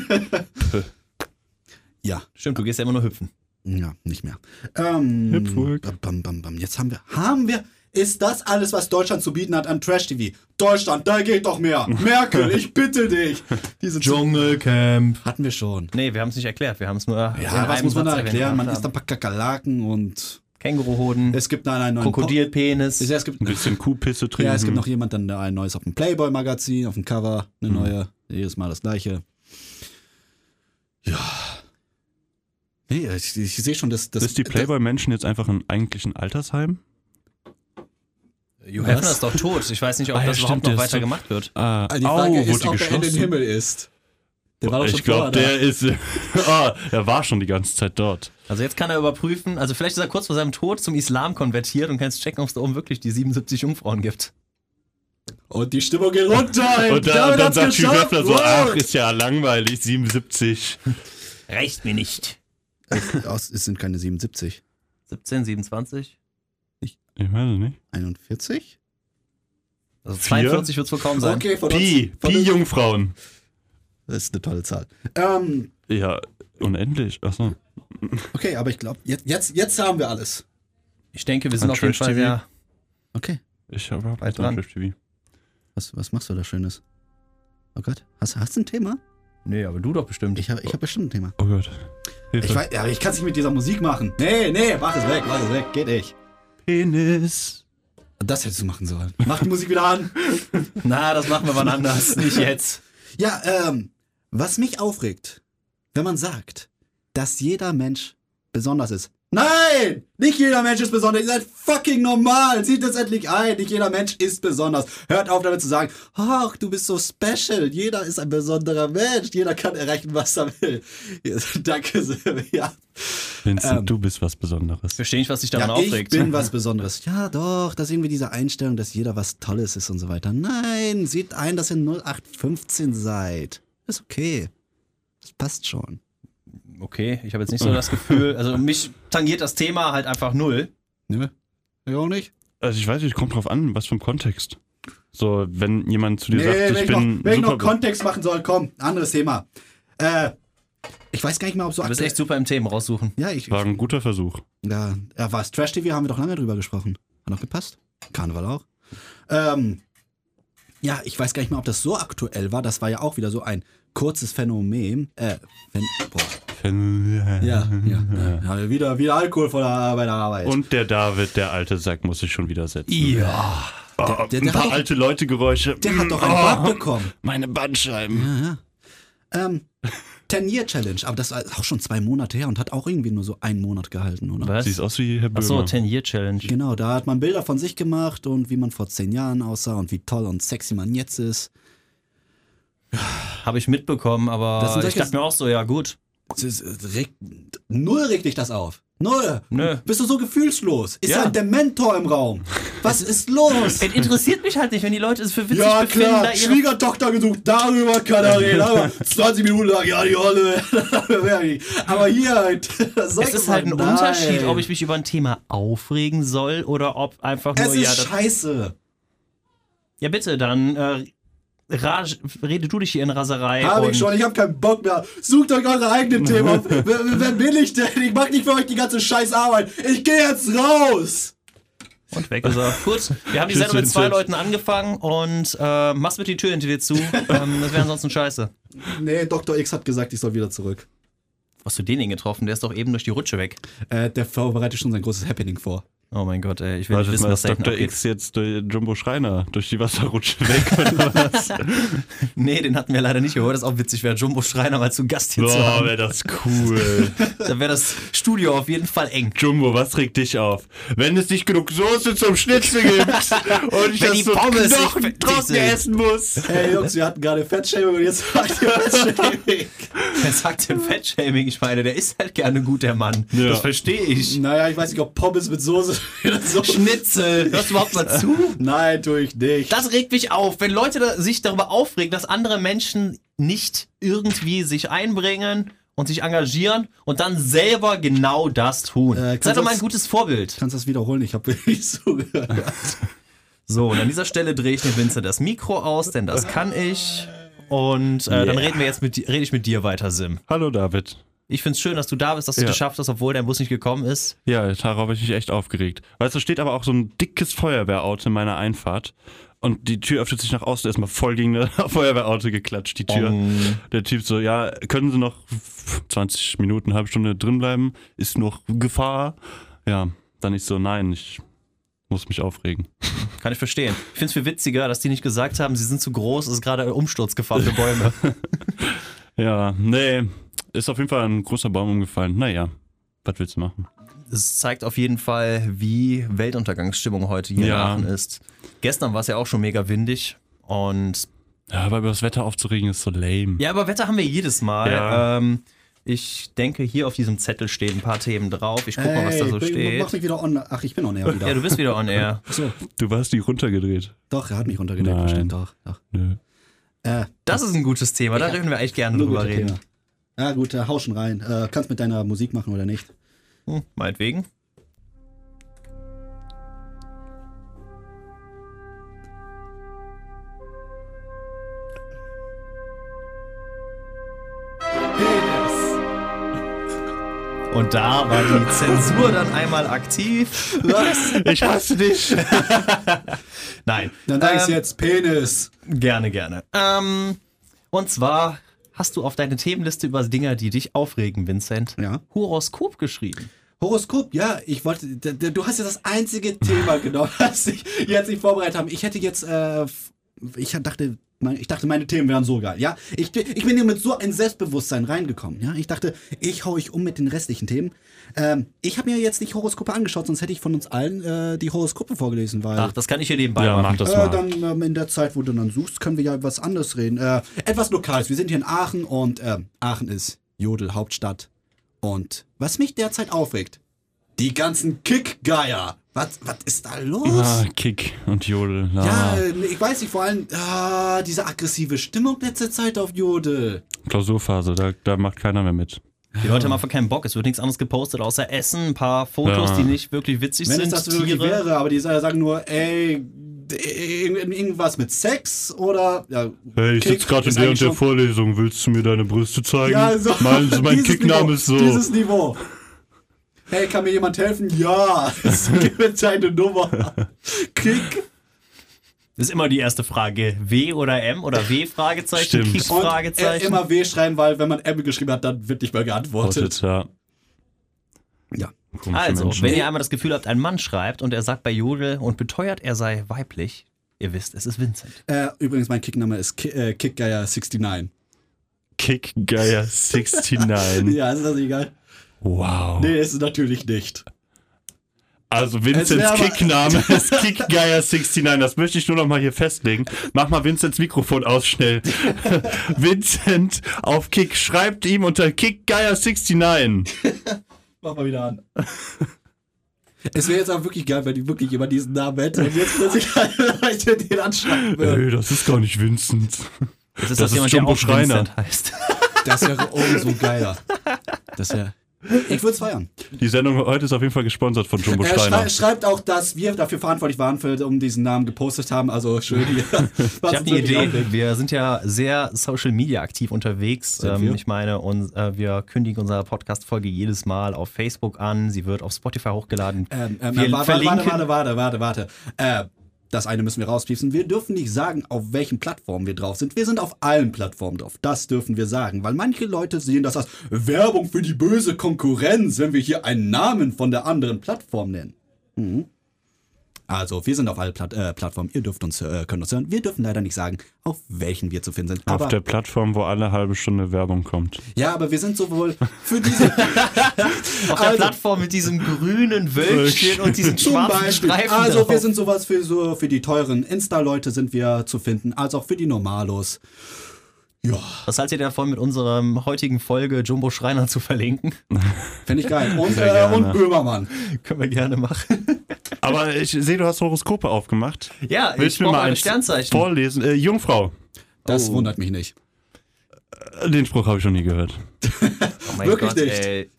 D: Ja,
C: Stimmt, du gehst ja immer nur hüpfen.
D: ja, nicht mehr. Ähm,
B: Hüpfburg.
D: bam, bam, bam, bam. Jetzt haben wir, haben wir, ist das alles, was Deutschland zu bieten hat an Trash-TV? Deutschland, da geht doch mehr. Merkel, ich bitte dich. Diese
C: Dschungelcamp.
D: hatten wir schon.
C: Nee, wir haben es nicht erklärt. Wir haben es nur.
D: Ja, was muss man da erklären? Man isst ein paar Kakerlaken und
C: Känguruhoden,
D: es gibt dann einen neuen
C: Krokodilpenis.
D: Po- Ja, es gibt,
B: Ein bisschen Kuhpisse trinken.
D: ja, es gibt noch jemand dann ein neues auf dem Playboy-Magazin, auf dem Cover, eine neue, jedes Mal das gleiche. Ja. Nee, ich, ich sehe schon, dass das. Äh,
B: Ist die Playboy-Menschen jetzt einfach in eigentlich ein Altersheim?
C: Hefner ist doch tot. Ich weiß nicht, ob
B: Ah, ja,
C: das überhaupt
B: stimmt, der
C: noch
B: ist
C: weiter
B: tot.
C: gemacht wird.
B: Ah,
D: Die Frage
B: au,
D: ist, ob
B: wurde
D: er in den
B: geschlossen.
D: Himmel ist. Der war doch schon
B: Ich glaube,
D: vorher da.
B: der ist. ah, er war schon die ganze Zeit dort.
C: Also jetzt kann er überprüfen, also vielleicht ist er kurz vor seinem Tod zum Islam konvertiert und kann jetzt checken, ob es da oben wirklich die 77 Jungfrauen gibt.
D: Und die Stimmung geht runter.
B: Und, da, und dann sagt Hugh Hefner so: Ach, ist ja langweilig, 77.
C: Reicht mir nicht.
D: Aus, es sind keine 77.
C: 17, 27?
B: Ich weiß es nicht.
D: 41?
C: Also
B: Vier?
C: 42 wird es wohl kaum sein.
D: Also Okay, von
B: Pi,
D: von
B: Pi
D: uns-
B: Jungfrauen.
D: Das ist eine tolle Zahl. Ähm,
B: Ja, unendlich. Achso.
D: okay, aber ich glaube, jetzt, jetzt, jetzt haben wir alles.
C: Ich denke, wir sind
B: An
C: auf jeden
B: Trash
C: Fall
B: TV?
C: sehr...
D: Okay.
B: Ich habe
C: Weit dran.
B: TV.
D: Was, was machst du da Schönes? Oh Gott, hast, hast du ein Thema?
C: Nee, aber du doch bestimmt.
D: Ich habe ich hab bestimmt ein Thema.
B: Oh Gott. Hilfe.
D: Ich weiß, ja, aber ich kann es nicht mit dieser Musik machen. Nee, nee, mach es weg, mach es weg, geht nicht.
B: Penis.
D: Das hättest du machen sollen. Mach die Musik wieder an.
C: Na, das machen wir wann anders, nicht jetzt.
D: Ja, ähm, was mich aufregt, wenn man sagt, dass jeder Mensch besonders ist. Nein! Nicht jeder Mensch ist besonders. Ihr seid fucking normal. Sieht das endlich ein. Nicht jeder Mensch ist besonders. Hört auf damit zu sagen, ach, du bist so special. Jeder ist ein besonderer Mensch. Jeder kann erreichen, was er will. Danke, Silvia.
B: Vincent,
D: Ähm.
B: du bist was Besonderes.
C: Verstehe nicht, was dich daran
D: ja,
C: aufregt.
D: Ich bin was Besonderes. Ja, doch, das ist irgendwie diese Einstellung, dass jeder was Tolles ist und so weiter. Nein, seht ein, dass ihr 0815 seid. Ist okay. Das passt schon.
C: Okay, ich habe jetzt nicht so das Gefühl, also mich tangiert das Thema halt einfach null.
D: Ne? Ja, auch nicht?
B: Also ich weiß nicht, kommt drauf an, was für ein Kontext. So, wenn jemand zu dir
D: Nee,
B: sagt,
D: wenn,
B: ich
D: ich noch,
B: bin
D: wenn ich noch
B: super.
D: Kontext machen soll, komm, anderes Thema. Äh, ich weiß gar nicht mehr, ob so
C: Du bist
D: aktuell-
C: echt super im Themen raussuchen.
D: Ja, ich.
B: War ein guter Versuch.
D: Ja, ja war es Trash TV, haben wir doch lange drüber gesprochen. Hat noch gepasst. Karneval auch. Ähm, ja, ich weiß gar nicht mehr, ob das so aktuell war. Das war ja auch wieder so ein kurzes Phänomen. Äh, Phän boah. Ja, ja. ja. Wieder, wieder Alkohol vor der, Ar- bei der Arbeit.
B: Und der David, der alte Sack, muss sich schon wieder setzen.
D: ja.
B: Oh,
D: der
B: ein
D: hat
B: paar
D: doch-
B: alte Leute-Geräusche.
D: Der hat doch
B: Mm,
D: einen
B: oh,
D: Bart bekommen.
B: Meine Bandscheiben.
D: Ja, ja. Ähm, 10-Year-Challenge, aber das ist auch schon zwei Monate her und hat auch irgendwie nur so einen Monat gehalten, oder?
C: Was?
B: Siehst aus wie Herr Böhmer.
C: Achso, 10-Year-Challenge.
D: Genau, da hat man Bilder von sich gemacht und wie man vor zehn Jahren aussah und wie toll und sexy man jetzt ist.
C: Habe ich mitbekommen,
D: Das
C: aber
D: sind
C: ich
D: solche-
C: dachte mir auch so, ja gut.
D: Es ist- es regt, null regt dich das auf. Null.
C: Nö.
D: Bist du so gefühlslos? Ist
C: Ja.
D: ja. ein Dementor im Raum. Was ist los?
C: Es interessiert mich halt nicht, wenn die Leute es für witzig
D: Ja
C: befinden,
D: klar,
C: da ihre
D: Schwiegertochter gesucht, darüber kann er reden, aber 20 Minuten lang, ja die Olle, aber hier, halt,
C: Es ist halt ein Unterschied, ob ich mich über ein Thema aufregen soll oder ob einfach nur,
D: Es ist
C: ja, das,
D: scheiße.
C: ja bitte, dann äh, ra- rede du dich hier in Raserei.
D: Habe
C: und
D: ich schon, ich habe keinen Bock mehr. Sucht euch eure eigenen Themen auf. wer, wer bin ich denn? Ich mach nicht für euch die ganze Scheißarbeit. Ich gehe jetzt raus.
C: Und weg ist er. Gut, wir haben die
B: Tschüss,
C: Sendung mit
B: tschüss,
C: zwei
B: tschüss.
C: Leuten angefangen und äh, mach's mit die Tür hinter dir zu. ähm, das wäre ansonsten scheiße.
D: Nee, Dr. X hat gesagt, ich soll wieder zurück.
C: Wo Hast du den denn getroffen? Der ist doch eben durch die Rutsche weg.
D: Äh, der vorbereitet schon sein großes Happening vor.
C: Oh mein Gott, ey, ich will
B: Warte
C: nicht wissen,
B: mal,
C: was
B: ist
C: da hinten
B: Dr.
C: abgeht.
B: X jetzt durch Jumbo Schreiner durch die Wasserrutsche weg? Oder was?
C: Nee, den hatten wir leider nicht geholt. Das ist auch witzig, wäre Jumbo Schreiner mal zu Gast hier zu
B: Boah,
C: haben.
B: wäre das cool.
C: Dann wäre das Studio auf jeden Fall eng.
B: Jumbo, was regt dich auf? Wenn es nicht genug Soße zum Schnitzel gibt und ich
C: Wenn
B: das
C: die
B: so
C: Pommes nicht
B: Knochen
C: fertig
B: trocken
C: sind.
B: essen muss.
D: Ey Jungs, wir hatten gerade Fettshaming und jetzt macht ihr Fettshaming.
C: Wer sagt denn Fettshaming? Ich meine, der ist halt gerne gut, der Mann.
B: Ja.
C: Das verstehe ich.
D: Naja, ich weiß nicht, ob Pommes mit Soße oder so.
C: Schnitzel, hörst du überhaupt mal zu?
D: Nein, tue ich nicht.
C: Das regt mich auf, wenn Leute da, sich darüber aufregen, dass andere Menschen nicht irgendwie sich einbringen und sich engagieren und dann selber genau das tun.
D: Äh, kannst
C: Seid doch mal ein
D: du-
C: gutes Vorbild.
D: kannst das wiederholen, ich habe nicht zugehört.
C: So, und an dieser Stelle drehe ich dem Vincent das Mikro aus, denn das kann ich. Und äh, dann reden wir jetzt mit di- rede ich mit dir weiter, Sim.
B: Hallo David.
C: Ich find's schön, dass du da bist, dass du es
B: Ja.
C: geschafft hast, obwohl dein Bus nicht gekommen ist.
B: Ja, darauf habe ich mich echt aufgeregt. Weißt du, steht aber auch so ein dickes Feuerwehrauto in meiner Einfahrt. Und die Tür öffnet sich nach außen erstmal voll gegen das Feuerwehrauto geklatscht, die
C: Hm.
B: Tür.
C: Ähm,
B: Der Typ so, ja, können Sie noch 20 Minuten, halbe Stunde drin bleiben? Ist noch Gefahr? Ja, dann ich so, nein, ich muss mich aufregen.
C: Kann ich verstehen. Ich find's viel witziger, dass die nicht gesagt haben, sie sind zu groß, es ist gerade Umsturzgefahr für Bäume.
B: Ja, nee, ist auf jeden Fall ein großer Baum umgefallen. Naja, was willst du machen?
C: es zeigt auf jeden Fall, wie Weltuntergangsstimmung heute hier in
B: Ja.
C: Aachen ist. Gestern war es ja auch schon mega windig. Und
B: Ja, aber über das Wetter aufzuregen ist so lame.
C: ja, aber Wetter haben wir jedes Mal.
B: Ja.
C: Ähm, ich denke, hier auf diesem Zettel stehen ein paar Themen drauf. Ich guck mal, was da so
D: Ey, bring- Mach
C: steht.
D: mich wieder online. Ach, ich bin on air wieder.
C: Ja, du bist wieder on air.
D: so,
B: Du warst die runtergedreht.
D: doch, er hat mich runtergedreht.
B: Nein.
D: bestimmt, Doch, doch.
B: Nö.
D: Äh,
C: Das ist ein gutes Thema, da dürfen wir eigentlich gerne
D: nur
C: drüber
D: gute
C: reden.
D: Themen. Ja, gut, äh, hau schon rein. Äh, kannst mit deiner Musik machen oder nicht?
C: Hm, meinetwegen. Und da war die Zensur dann einmal aktiv. Was?
B: Ich hasse dich.
C: Nein.
D: Dann sag ich's
C: Ähm,
D: jetzt: Penis.
C: Gerne, gerne. Ähm, und zwar hast du auf deine Themenliste über Dinger, die dich aufregen, Vincent,
D: Ja.
C: Horoskop geschrieben.
D: Horoskop, ja, ich wollte. d- d- Du hast ja das einzige Thema genommen, das ich jetzt nicht vorbereitet habe. Ich hätte jetzt. Äh, f- ich dachte. mein- Ich dachte, meine Themen wären so geil, ja? Ich, bin- ich bin hier mit so ein Selbstbewusstsein reingekommen, ja? Ich dachte, ich hau euch um mit den restlichen Themen. Ähm, ich habe mir jetzt nicht Horoskope angeschaut, sonst hätte ich von uns allen äh, die Horoskope vorgelesen, weil...
C: Ach, das kann ich hier nebenbei
B: Also Ja, mach
C: machen.
B: das
D: Äh,
B: mal.
D: dann ähm, in der Zeit, wo du dann suchst, können wir ja was anderes reden. Äh, etwas Lokales. Wir sind hier in Aachen und ähm, Aachen ist Jodel-Hauptstadt. Und was mich derzeit aufregt, die ganzen Kickgeier. Was, was ist da los?
B: ah, Kick und Jodel. Ah, Na,
D: ja, äh, ich weiß nicht, vor allem ah, diese aggressive Stimmung letzte Zeit auf Jodel.
B: Klausurphase, da, da macht keiner mehr mit.
C: Die Leute haben einfach keinen Bock. Es wird nichts anderes gepostet, außer Essen, ein paar Fotos,
B: Ja.
C: die nicht wirklich witzig
D: Wenn es
C: sind.
D: das wirklich wäre, aber die sa- sagen nur, ey, d- irgend- irgendwas mit Sex oder. Ja, Kick ist eigentlich schon-
B: Vorlesung. Willst du mir deine Brüste zeigen?
D: Ja, so. Dieses Niveau, Dieses Niveau. Hey, kann mir jemand helfen? Ja, gib mir deine Nummer. Kick
C: Das ist immer die erste Frage. W oder M oder W Fragezeichen,
B: Stimmt.
C: Kick
D: und
C: Fragezeichen.
D: äh, immer W schreiben, weil wenn man M geschrieben hat, dann wird nicht mehr geantwortet.
B: Wartet, ja.
D: Ja.
B: Komische
C: also,
B: Menschen.
C: wenn ihr einmal das Gefühl habt, ein Mann schreibt und er sagt bei Jodel und beteuert, er sei weiblich, ihr wisst, es ist Vincent.
D: Äh, übrigens, mein Kickname ist Ki äh, Kickgeier69.
B: Kickgeier 69.
D: Ja, ist das egal?
B: Wow.
D: Nee, ist es natürlich nicht.
B: Also
D: Es wär
B: Vincents
D: aber-
B: Kickname ist Kickgeier 69. Das möchte ich nur noch mal hier festlegen. Mach mal Vincents Mikrofon aus schnell. Vincent auf Kick schreibt ihm unter Kickgeier 69.
D: Mach mal wieder an. Es wäre jetzt auch wirklich geil, wenn die wirklich jemand diesen Namen hätte und jetzt plötzlich alle Leute den anschreiben würden.
B: Ey, das ist gar nicht Vincent.
C: Das
B: Das
C: ist, dass
B: ist
C: jemand, der
B: Jumbo
C: auch
B: Schreiner.
C: Vincent heißt.
D: Das wäre umso geiler. Das wäre. Ich würde es feiern.
B: Die Sendung heute ist auf jeden Fall gesponsert von Jumbo
D: Äh,
B: Steiner.
D: schrei schreibt auch, dass wir dafür verantwortlich waren, für, um diesen Namen gepostet haben. Also schön hier.
C: Ich habe eine Idee. Wir sind ja sehr Social Media aktiv unterwegs.
D: Sind
C: ähm,
D: wir?
C: Ich meine, uns, äh, wir kündigen unsere Podcast-Folge jedes Mal auf Facebook an. Sie wird auf Spotify hochgeladen.
D: Ähm, ähm, warte,
C: wir
D: warte,
C: verlinken.
D: warte, warte, warte, warte, warte. Äh, das eine müssen wir rauspiepsen. Wir dürfen nicht sagen, auf welchen Plattformen wir drauf sind. Wir sind auf allen Plattformen drauf. Das dürfen wir sagen, weil manche Leute sehen das als Werbung für die böse Konkurrenz, wenn wir hier einen Namen von der anderen Plattform nennen. Mhm. Also, wir sind auf allen Platt äh, Plattformen. Ihr dürft uns, äh, könnt uns hören. Wir dürfen leider nicht sagen, auf welchen wir zu finden sind.
B: Auf der Plattform, wo alle halbe Stunde Werbung kommt.
D: Ja, aber wir sind sowohl für diese
C: auf der
D: also-
C: Plattform mit diesem grünen Wölkchen und diesen
D: zum
C: schwarzen
D: Beispiel.
C: Streifen.
D: Also wir
C: drauf.
D: sind sowas für so für die teuren Insta-Leute sind wir zu finden, als auch für die Normalos. Ja,
C: Was haltet ihr davon, mit unserer heutigen Folge Jumbo Schreiner zu verlinken?
D: finde ich geil. Und,
B: Sehr
D: äh,
B: gerne.
D: und Böhmermann.
C: Können wir gerne machen.
B: Aber ich sehe, du hast Horoskope aufgemacht.
C: Ja,
B: Willst
C: ich
B: du mir
C: brauche
B: mal
C: ein
B: eins
C: Sternzeichen.
B: vorlesen? Äh, Jungfrau.
C: Oh.
D: Das wundert mich nicht.
B: Den Spruch habe ich noch nie gehört.
C: Oh mein
D: Wirklich
C: Gott,
D: nicht.
C: Ey.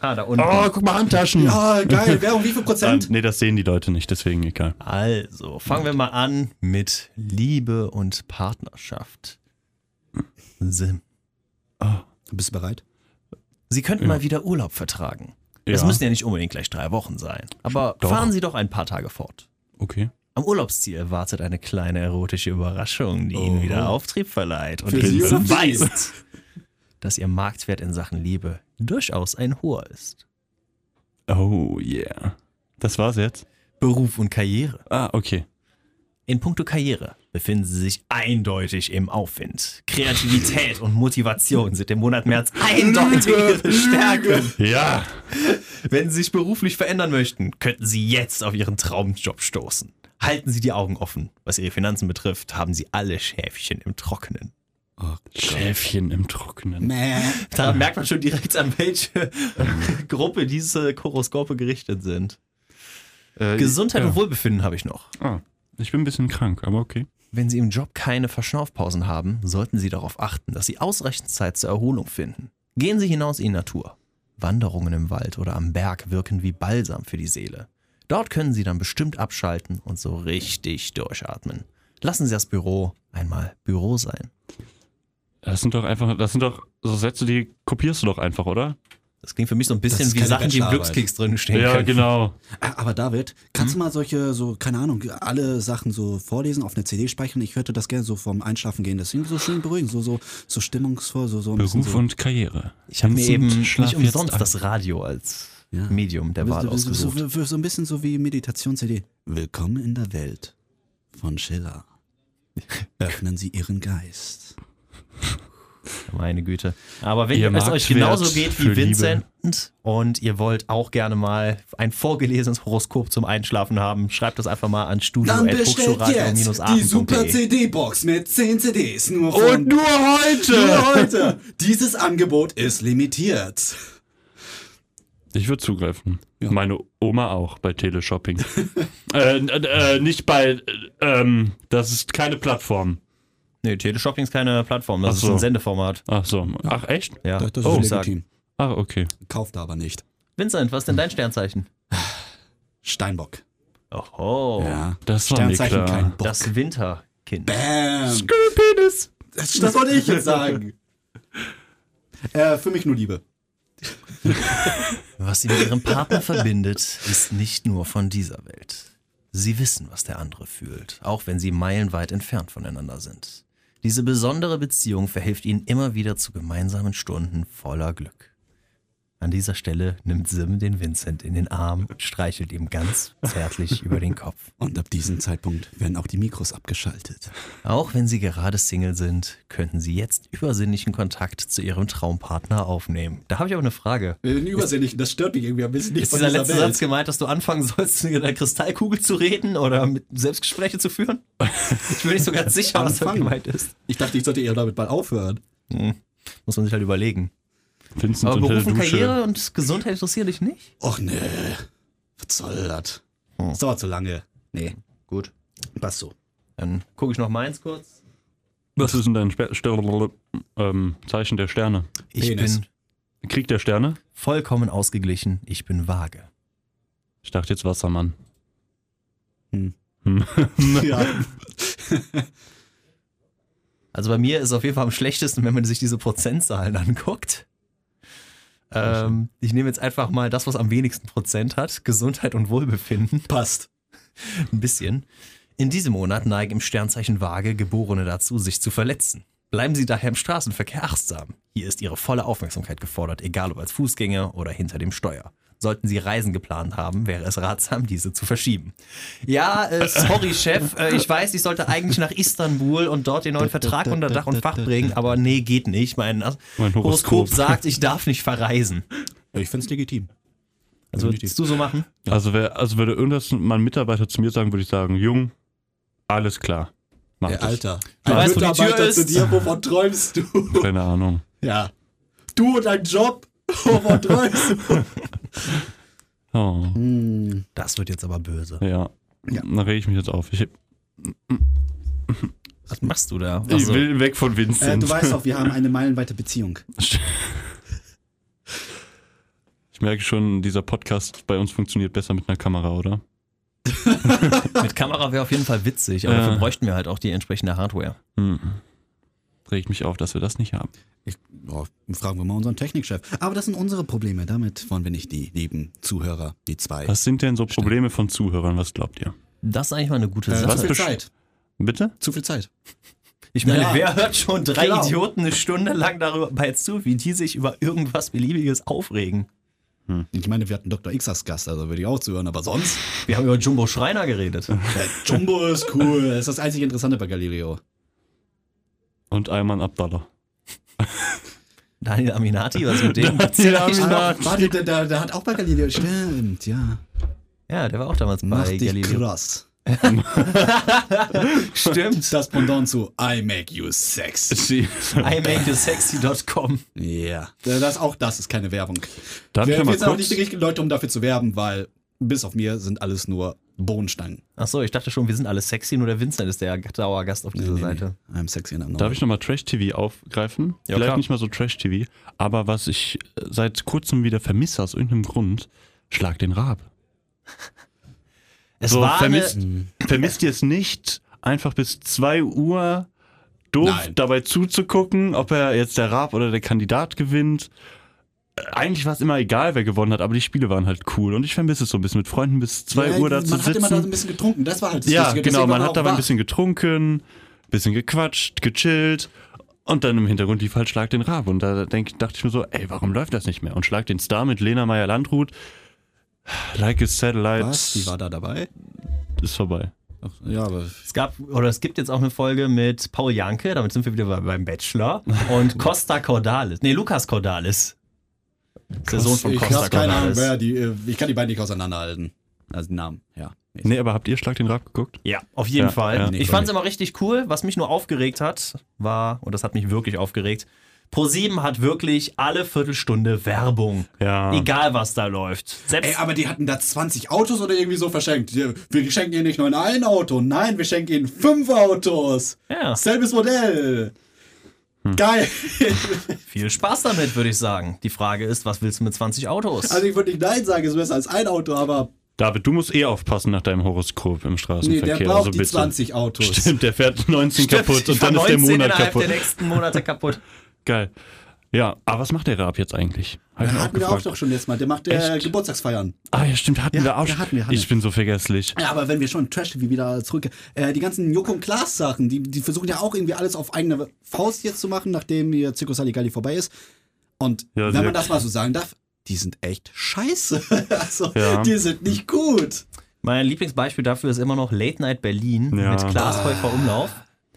C: Ah, da unten.
B: Oh, guck mal, Handtaschen.
D: Ja, geil. Wer um wie viel
B: Ah,
C: Ähm,
D: Prozent?
B: nee, das sehen die Leute nicht, deswegen egal.
C: Also, fangen wir mal an mit Liebe und Partnerschaft. Sim.
D: Bist du bereit?
C: Sie könnten mal wieder Urlaub vertragen. Das
B: Ja.
C: müssen ja nicht unbedingt gleich drei Wochen sein. Aber
B: Doch.
C: fahren Sie doch ein paar Tage fort.
B: Okay.
C: Am Urlaubsziel erwartet eine kleine erotische Überraschung, die Ihnen wieder Auftrieb verleiht und
D: Für Sie
C: Ihnen
D: oder für Sie?
C: beweist, dass Ihr Marktwert in Sachen Liebe durchaus ein hoher ist.
B: Oh yeah. Das war's jetzt?
C: Beruf und Karriere.
B: Ah, okay.
C: In puncto Karriere befinden sie sich eindeutig im Aufwind. Kreativität und Motivation sind im Monat März eindeutig ihre Stärken.
B: Ja.
C: Wenn sie sich beruflich verändern möchten, könnten sie jetzt auf ihren Traumjob stoßen. Halten Sie die Augen offen. Was Ihre Finanzen betrifft, haben Sie alle Schäfchen im Trockenen.
B: Schäfchen im Trockenen.
D: Mäh.
C: Da merkt man schon direkt, an welche Gruppe diese Choroskope gerichtet sind. Gesundheit und Wohlbefinden habe ich noch.
B: Äh, Ah, ich bin ein bisschen krank, aber okay.
C: Wenn Sie im Job keine Verschnaufpausen haben, sollten Sie darauf achten, dass Sie ausreichend Zeit zur Erholung finden. Gehen Sie hinaus in die Natur. Wanderungen im Wald oder am Berg wirken wie Balsam für die Seele. Dort können Sie dann bestimmt abschalten und so richtig durchatmen. Lassen Sie das Büro einmal Büro sein.
B: Das sind doch einfach, das sind doch so Sätze, die kopierst du doch einfach, oder?
C: Das klingt für mich so ein bisschen
D: ist
C: wie
D: keine
C: Sachen, die im
D: Bachelorarbeit.
C: Glückskeks drin stehen.
B: genau.
D: Ah, Aber David, kannst
C: Hm?
D: du mal solche, so, keine Ahnung, alle Sachen so vorlesen, auf eine CD speichern? Ich hörte das gerne so vom Einschlafen gehen. Das ist irgendwie so schön beruhigend, so, so, so stimmungsvoll, so, so ein bisschen
B: Beruf
D: so.
B: und Karriere.
C: Ich habe mir
B: Vincent,
C: eben
B: schlaf
C: nicht
B: jetzt
C: umsonst
B: ein.
C: das Radio als
D: Ja.
C: Medium der Wahl
D: so, so, so,
C: ausgesucht.
D: so, so, so ein bisschen so wie Meditations-CD. Willkommen in der Welt von Schiller. Öffnen Sie Ihren Geist.
C: Meine Güte. Aber wenn
B: Ihr
C: es euch
B: Marktwert
C: genauso geht
B: für
C: wie Vincent und ihr wollt auch gerne mal ein vorgelesenes Horoskop zum Einschlafen haben, schreibt das einfach mal an studio.hochschulradio-abend.de.
D: CD-Box mit 10 CDs. Nur
B: nur heute!
D: heute. Dieses Angebot ist limitiert.
B: Ich würde zugreifen. Meine Oma auch bei Teleshopping. äh, äh, äh, nicht bei, äh, ähm, das ist keine Plattform.
C: Nee, Teleshopping ist keine Plattform, das
B: Ach
C: ist
B: so.
C: ein Sendeformat.
B: Ach so. Ach, echt?
C: Ja.
D: Das, das
C: Oh,
D: ist
C: sag.
D: legitim.
B: Ach, okay.
D: Kauft aber nicht.
C: Vincent, was ist denn dein Sternzeichen?
D: Steinbock.
C: Oho,
D: Ja.
B: Oh, Das war mir
D: Sternzeichen
B: klar.
D: kein Bock.
C: das Winterkind.
D: Bam. Das, das wollte ich jetzt sagen. äh, für mich nur Liebe.
C: Was sie mit ihrem Partner verbindet, ist nicht nur von dieser Welt. Sie wissen, was der andere fühlt, auch wenn sie meilenweit entfernt voneinander sind. Diese besondere Beziehung verhilft ihnen immer wieder zu gemeinsamen Stunden voller Glück. An dieser Stelle nimmt Sim den Vincent in den Arm und streichelt ihm ganz zärtlich über den Kopf.
D: Und ab diesem Zeitpunkt werden auch die Mikros abgeschaltet.
C: Auch wenn sie gerade Single sind, könnten sie jetzt übersinnlichen Kontakt zu ihrem Traumpartner aufnehmen. Da habe ich aber eine Frage.
D: Den Übersinnlichen, das stört mich irgendwie ein bisschen
C: Ist dieser letzte Satz gemeint, dass du anfangen sollst, mit einer Kristallkugel zu reden oder mit Selbstgespräche zu führen? Ich bin nicht so ganz sicher, was da
D: Anfangen.
C: gemeint ist.
D: Ich dachte, ich sollte eher damit bald aufhören.
C: Muss man sich halt überlegen.
B: Vincent
C: Aber
B: und
C: Beruf und
B: Helle Dusche.
C: Karriere und Gesundheit interessieren dich nicht?
D: Och nee. Was soll das?
C: Hm.
D: Das dauert zu lange. Nee.
C: Gut.
D: Passt so.
C: Dann gucke ich noch meins kurz.
B: Was ist denn dein Spe Ster ähm, Zeichen der Sterne?
C: Ich
D: Penis.
C: bin
B: Krieg der Sterne?
C: vollkommen ausgeglichen. Ich bin vage.
B: Ich dachte jetzt Wassermann.
D: Hm.
B: Hm.
D: Ja.
C: Also bei mir ist auf jeden Fall am schlechtesten, wenn man sich diese Prozentzahlen anguckt. Ähm, ich nehme jetzt einfach mal das, was am wenigsten Prozent hat. Gesundheit und Wohlbefinden.
D: Passt.
C: Ein bisschen. In diesem Monat neigen im Sternzeichen Waage Geborene dazu, sich zu verletzen. Bleiben Sie daher im Straßenverkehr achtsam. Hier ist Ihre volle Aufmerksamkeit gefordert, egal ob als Fußgänger oder hinter dem Steuer. Sollten Sie Reisen geplant haben, wäre es ratsam, diese zu verschieben. Ja, äh, sorry, Chef. Äh, ich weiß, ich sollte eigentlich nach Istanbul und dort den neuen Vertrag unter Dach und Fach bringen, aber nee, geht nicht. Mein,
B: Mein Horoskop.
C: Horoskop sagt, ich darf nicht verreisen.
D: Ich find's legitim.
C: Also würdest du so machen?
B: Also, wär, also würde irgendwas mein Mitarbeiter zu mir sagen, würde ich sagen, Jung, alles klar. Mach
D: Ey,
B: das.
D: Alter.
C: Du weißt, wo die Tür
D: Mitarbeiter zu
C: ist.
D: dir, wovon träumst du?
B: Keine Ahnung.
D: Ja. Du und dein Job, wovon träumst du? Äh,
B: Oh,
D: Hm.
C: Das wird jetzt aber böse.
B: ja.
D: Ja.
B: Dann rege ich mich jetzt auf. Ich,
C: Was machst du da? Also,
B: ich will weg von
D: Also, Äh,
B: Vincent.
D: du weißt doch, wir haben eine meilenweite Beziehung.
B: ich merke schon, dieser Podcast bei uns funktioniert besser mit einer Kamera, oder?
C: Mit Kamera wäre auf jeden Fall witzig, aber
B: Ja.
C: dafür bräuchten wir halt auch die entsprechende Hardware.
B: Hm. Reg ich mich auf, dass wir das nicht haben.
D: Ich, ja, fragen wir mal unseren Technikchef. Aber das sind unsere Probleme. Damit wollen wir nicht die lieben Zuhörer, die zwei.
B: Was sind denn so Probleme von Zuhörern? Was glaubt ihr?
C: Das ist eigentlich mal eine gute
D: Äh,
C: Sache.
D: zu viel
B: besch-
D: Zeit.
B: Bitte?
D: Zu viel Zeit.
C: Ich meine,
D: Ja.
C: wer hört schon drei
D: Genau.
C: Idioten eine Stunde lang darüber zu, wie die sich über irgendwas Beliebiges aufregen?
D: Ich meine, wir hatten Dr. X als Gast, also würde ich auch zuhören, aber sonst.
C: Wir haben über Jumbo Schreiner geredet.
D: Äh, Jumbo ist cool. Das ist das einzig Interessante bei Galileo.
B: Und Ayman Abdallah.
C: Daniel Aminati, was ist mit dem?
D: Ah, warte, der, der, der hat auch bei Galileo. Stimmt, ja.
C: Ja, der war auch damals bei
D: Mach dich
C: Galileo.
D: krass.
C: Stimmt.
D: Das Pendant zu I make you sexy.
B: Sie.
C: imakeyousexy.com.
D: Ja. Das, auch das ist keine Werbung.
B: Da hab ich
D: Wir
B: schon mal
D: sind auch
B: kurz.
D: nicht die richtigen Leute, um dafür zu werben, weil bis auf mir sind alles nur Bohnenstangen.
C: Achso, ich dachte schon, wir sind alle sexy, nur der Vincent ist der Dauergast auf dieser
D: Nee, nee,
C: Seite.
D: nee. I'm sexy and I'm not.
B: Darf ich nochmal Trash-TV aufgreifen?
C: Ja,
B: Vielleicht
C: klar.
B: nicht mal so Trash-TV, aber was ich äh, seit kurzem wieder vermisse aus irgendeinem Grund, schlag den Rab.
C: Es
B: So,
C: war eine,
B: vermisst,
D: Mhm.
B: vermisst ihr es nicht, einfach bis 2 Uhr doof
D: Nein.
B: dabei zuzugucken, ob er jetzt der Rab oder der Kandidat gewinnt? Äh, Eigentlich war es immer egal, wer gewonnen hat, aber die Spiele waren halt cool und ich vermisse es so ein bisschen mit Freunden bis 2 Uhr da
D: man
B: zu
D: hat immer da so ein
B: sitzen.
D: bisschen getrunken. Das war halt das
B: Ja,
D: Lustige.
B: genau,
D: Deswegen
B: man
D: war
B: hat
D: auch
B: dabei ein
D: wach.
B: bisschen getrunken, bisschen gequatscht, gechillt und dann im Hintergrund lief halt Schlag den Rab und da denk, dachte ich mir so, ey, warum läuft das nicht mehr? Und Schlag den Star mit Lena Meyer-Landrut, Like a Satellite,
D: Was? Die war da dabei?
B: ist vorbei.
D: Ja, aber.
C: es gab oder es gibt jetzt auch eine Folge mit Paul Janke, damit sind wir wieder bei- beim Bachelor und Costa Cordalis. Nee, Lukas Cordalis. Ist Der Sohn von
D: Ich
C: Costa
D: hab keine Ahnung,
C: Cordalis.
D: wer die. äh, Ich kann die beiden nicht auseinanderhalten. Also den Namen, ja.
B: Nee, aber habt ihr Schlag den Rab geguckt?
C: Ja, auf jeden
B: Ja,
C: Fall.
B: ja.
D: Nee,
C: ich
D: komm
C: fand's immer richtig cool. Was mich nur aufgeregt hat, war, und das hat mich wirklich aufgeregt, ProSieben hat wirklich alle Viertelstunde Werbung.
B: Ja.
C: Egal, was da läuft. Selbst
D: Ey, aber die hatten da 20 Autos oder irgendwie so verschenkt. Die- Wir schenken ihnen nicht nur ein Auto, nein, wir schenken ihnen fünf Autos.
C: Ja.
D: Selbes Modell.
B: Hm.
D: Geil.
C: viel Spaß damit, würde ich sagen. Die Frage ist, was willst du mit 20 Autos?
D: Also ich würde nicht nein sagen, ist besser als ein Auto, aber
B: David, du musst eh aufpassen nach deinem Horoskop im
D: nee,
B: Straßenverkehr.
D: der braucht
B: also
D: die
B: bitte.
D: 20 Autos.
B: Stimmt, der fährt 19 kaputt und
C: Ich war
B: dann ist der
C: 19
B: Monat
C: innerhalb
B: kaputt.
C: der nächsten Monate kaputt.
B: Geil. Ja, aber was macht der Rab jetzt eigentlich? Hab ich
D: Den
B: mich
D: hatten wir auch
B: gefragt.
D: doch schon letztes Mal. Der macht äh,
B: Echt?
D: Geburtstagsfeiern.
B: Ah ja, stimmt, hatten
D: Ja,
B: wir auch
D: ja,
B: schon.
D: hatten wir, hatten
B: ich
D: wir.
B: bin so vergesslich.
D: Ja, aber wenn wir schon Trash TV wieder zurück. Äh, die ganzen Joko und Klaas Sachen, die, die versuchen ja auch irgendwie alles auf eigene Faust jetzt zu machen, nachdem hier Zirkus Halligalli vorbei ist. Und
B: Ja,
D: wenn
B: sehr-
D: man das mal so sagen darf, die sind echt scheiße. also,
B: Ja.
D: die sind nicht gut.
C: Mein Lieblingsbeispiel dafür ist immer noch Late Night Berlin
B: Ja.
C: mit Klaas Käufer Umlauf.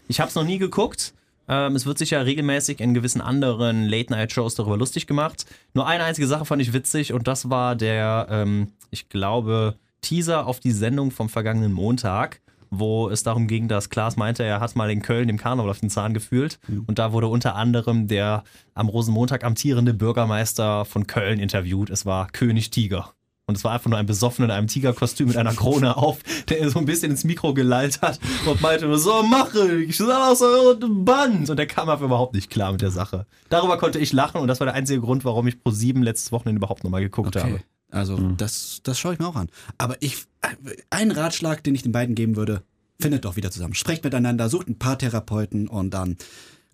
C: Ich habe es noch nie geguckt. Ähm, es wird sich ja regelmäßig in gewissen anderen Late-Night-Shows darüber lustig gemacht. Nur eine einzige Sache fand ich witzig und das war der, ähm, ich glaube, Teaser auf die Sendung vom vergangenen Montag, wo es darum ging, dass Klaas meinte, er hat mal in Köln dem Karneval auf den Zahn gefühlt. Und da wurde unter anderem der am Rosenmontag amtierende Bürgermeister von Köln interviewt. Es war König Tiger. Und es war einfach nur ein Besoffener in einem Tigerkostüm mit einer Krone auf, der so ein bisschen ins Mikro gelallt hat und meinte nur so, mache ich, sah aus eurem Band. Und der kam einfach überhaupt nicht klar mit der Sache. Darüber konnte ich lachen und das war der einzige Grund, warum ich pro sieben letztes Wochenende überhaupt nochmal geguckt habe.
D: Also,
B: Hm.
D: das, das schaue ich mir auch an. Aber ich, äh, einen Ratschlag, den ich den beiden geben würde, findet doch wieder zusammen. Sprecht miteinander, sucht ein paar Therapeuten und dann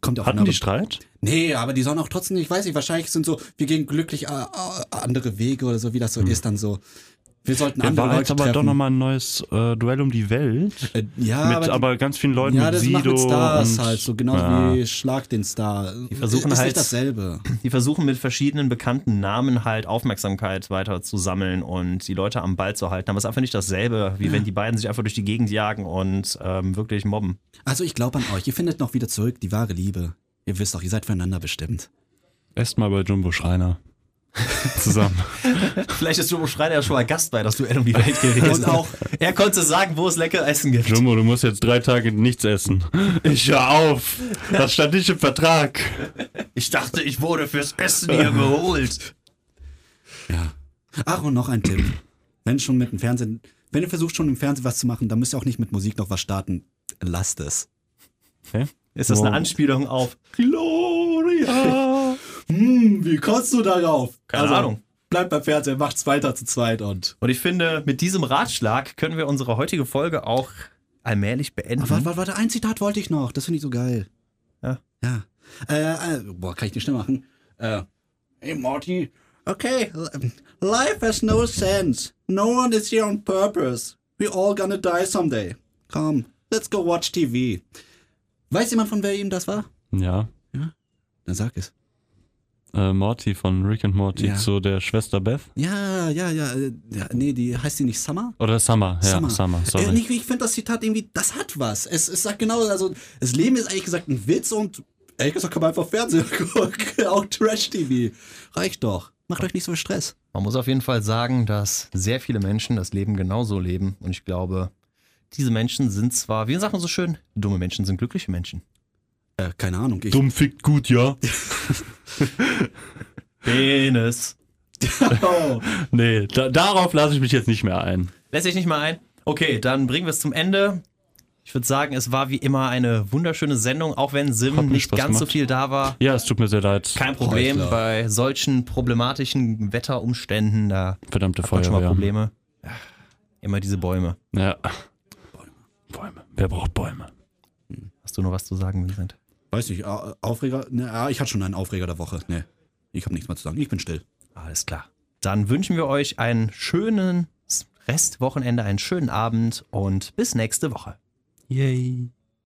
D: kommt ihr auf
B: Hatten
D: andere-
B: die Streit?
D: Nee, aber die sollen auch trotzdem, ich weiß nicht, wahrscheinlich sind so, wir gehen glücklich äh, äh, andere Wege oder so, wie das so ist, dann so. Wir sollten
B: Der
D: andere
B: Hm. war jetzt
D: Leute
B: aber
D: treffen.
B: doch nochmal ein neues äh, Duell um die Welt.
D: äh, ja,
B: mit
D: aber,
B: aber,
D: die-
B: ganz vielen Leuten.
D: ja,
B: mit
D: das
B: Sido
D: macht mit Stars
B: und,
D: halt so, genauso wie Schlag den Star. Die
C: versuchen
D: ist
C: halt-
D: nicht dasselbe.
C: Die versuchen mit verschiedenen bekannten Namen halt Aufmerksamkeit weiter zu sammeln und die Leute am Ball zu halten. Aber es ist einfach nicht dasselbe, wie wenn die beiden sich einfach durch die Gegend jagen und ähm, wirklich mobben.
D: Also ich glaube an euch, ihr findet noch wieder zurück die wahre Liebe. Ihr wisst doch, ihr seid füreinander bestimmt.
B: Esst mal bei Jumbo Schreiner. Zusammen.
C: Vielleicht ist Jumbo Schreiner ja schon mal Gast bei das Duell um die Welt gewesen.
D: Und auch-
C: er konnte sagen, wo es lecker Essen gibt.
B: Jumbo, du musst jetzt drei Tage nichts essen. Ich hör auf. Das stand nicht im Vertrag.
C: Ich dachte, ich wurde fürs Essen hier geholt.
D: Ach, und noch ein Tipp. Wenn schon mit dem Fernsehen, wenn ihr versucht schon im Fernsehen was zu machen, dann müsst ihr auch nicht mit Musik noch was starten. Lasst es.
C: Ist das eine
B: Wow.
C: Anspielung auf?
D: Gloria! hm, wie kommst du darauf? Also,
C: Keine Ahnung.
D: Bleibt beim Fernsehen, macht's weiter zu zweit und.
C: Und ich finde, mit diesem Ratschlag können wir unsere heutige Folge auch allmählich
D: Ach,
C: beenden.
D: warte, warte, warte, ein Zitat wollte ich noch. Das finde ich so geil.
C: Mhm. Ja.
D: Ja. Äh, äh, boah, kann ich nicht schnell machen? Äh, hey, Morty. Okay, li- life has no sense. No one is here on purpose. We all gonna die someday. Come, let's go watch TV. Weiß jemand, von wer ihm das war?
B: Ja.
D: Dann sag es.
B: Äh, Morty von Rick and Morty
D: Ja.
B: zu der Schwester Beth.
D: Ja, ja, ja, äh, ja. Nee, die heißt die nicht Summer?
B: Oder Summer. Ja, Summer. sorry.
D: Äh, nicht, ich finde das Zitat irgendwie, das hat was. Es, es sagt genau, also das Leben ist ehrlich gesagt ein Witz und ehrlich gesagt kann man einfach Fernsehen gucken, auch Trash-TV. Reicht doch. Macht euch nicht so viel Stress.
C: Man muss auf jeden Fall sagen, dass sehr viele Menschen das Leben genauso leben. Und ich glaube, Diese Menschen sind zwar, wie sagt man so schön, dumme Menschen sind glückliche Menschen.
D: Äh, keine Ahnung. Ich,
B: Dumm fickt gut, ja?
C: Penis.
B: Nee, da, darauf lasse ich mich jetzt nicht mehr ein.
C: Lässt sich nicht mal ein. Okay, dann bringen wir es zum Ende. Ich würde sagen, es war wie immer eine wunderschöne Sendung, auch wenn
B: Hat
C: Sim
B: mir
C: nicht
B: Spaß
C: ganz so
B: gemacht.
C: viel da war.
B: Ja, es tut mir sehr leid.
C: Kein Problem
D: Heuchler.
C: bei solchen problematischen Wetterumständen. Da
B: Verdammte
C: hat man schon mal
B: Feuerwehr.
C: Probleme. Ja, Immer diese Bäume.
B: Ja. Bäume. Wer braucht Bäume?
C: Hast du noch was zu sagen, Vincent?
D: weiß nicht, äh, Aufreger? Ne, ah, ich hatte schon einen Aufreger der Woche. Nee, ich habe nichts mehr zu sagen. Ich bin still.
C: Alles klar. Dann wünschen wir euch einen schönen Restwochenende, einen schönen Abend und bis nächste Woche.
B: Yay.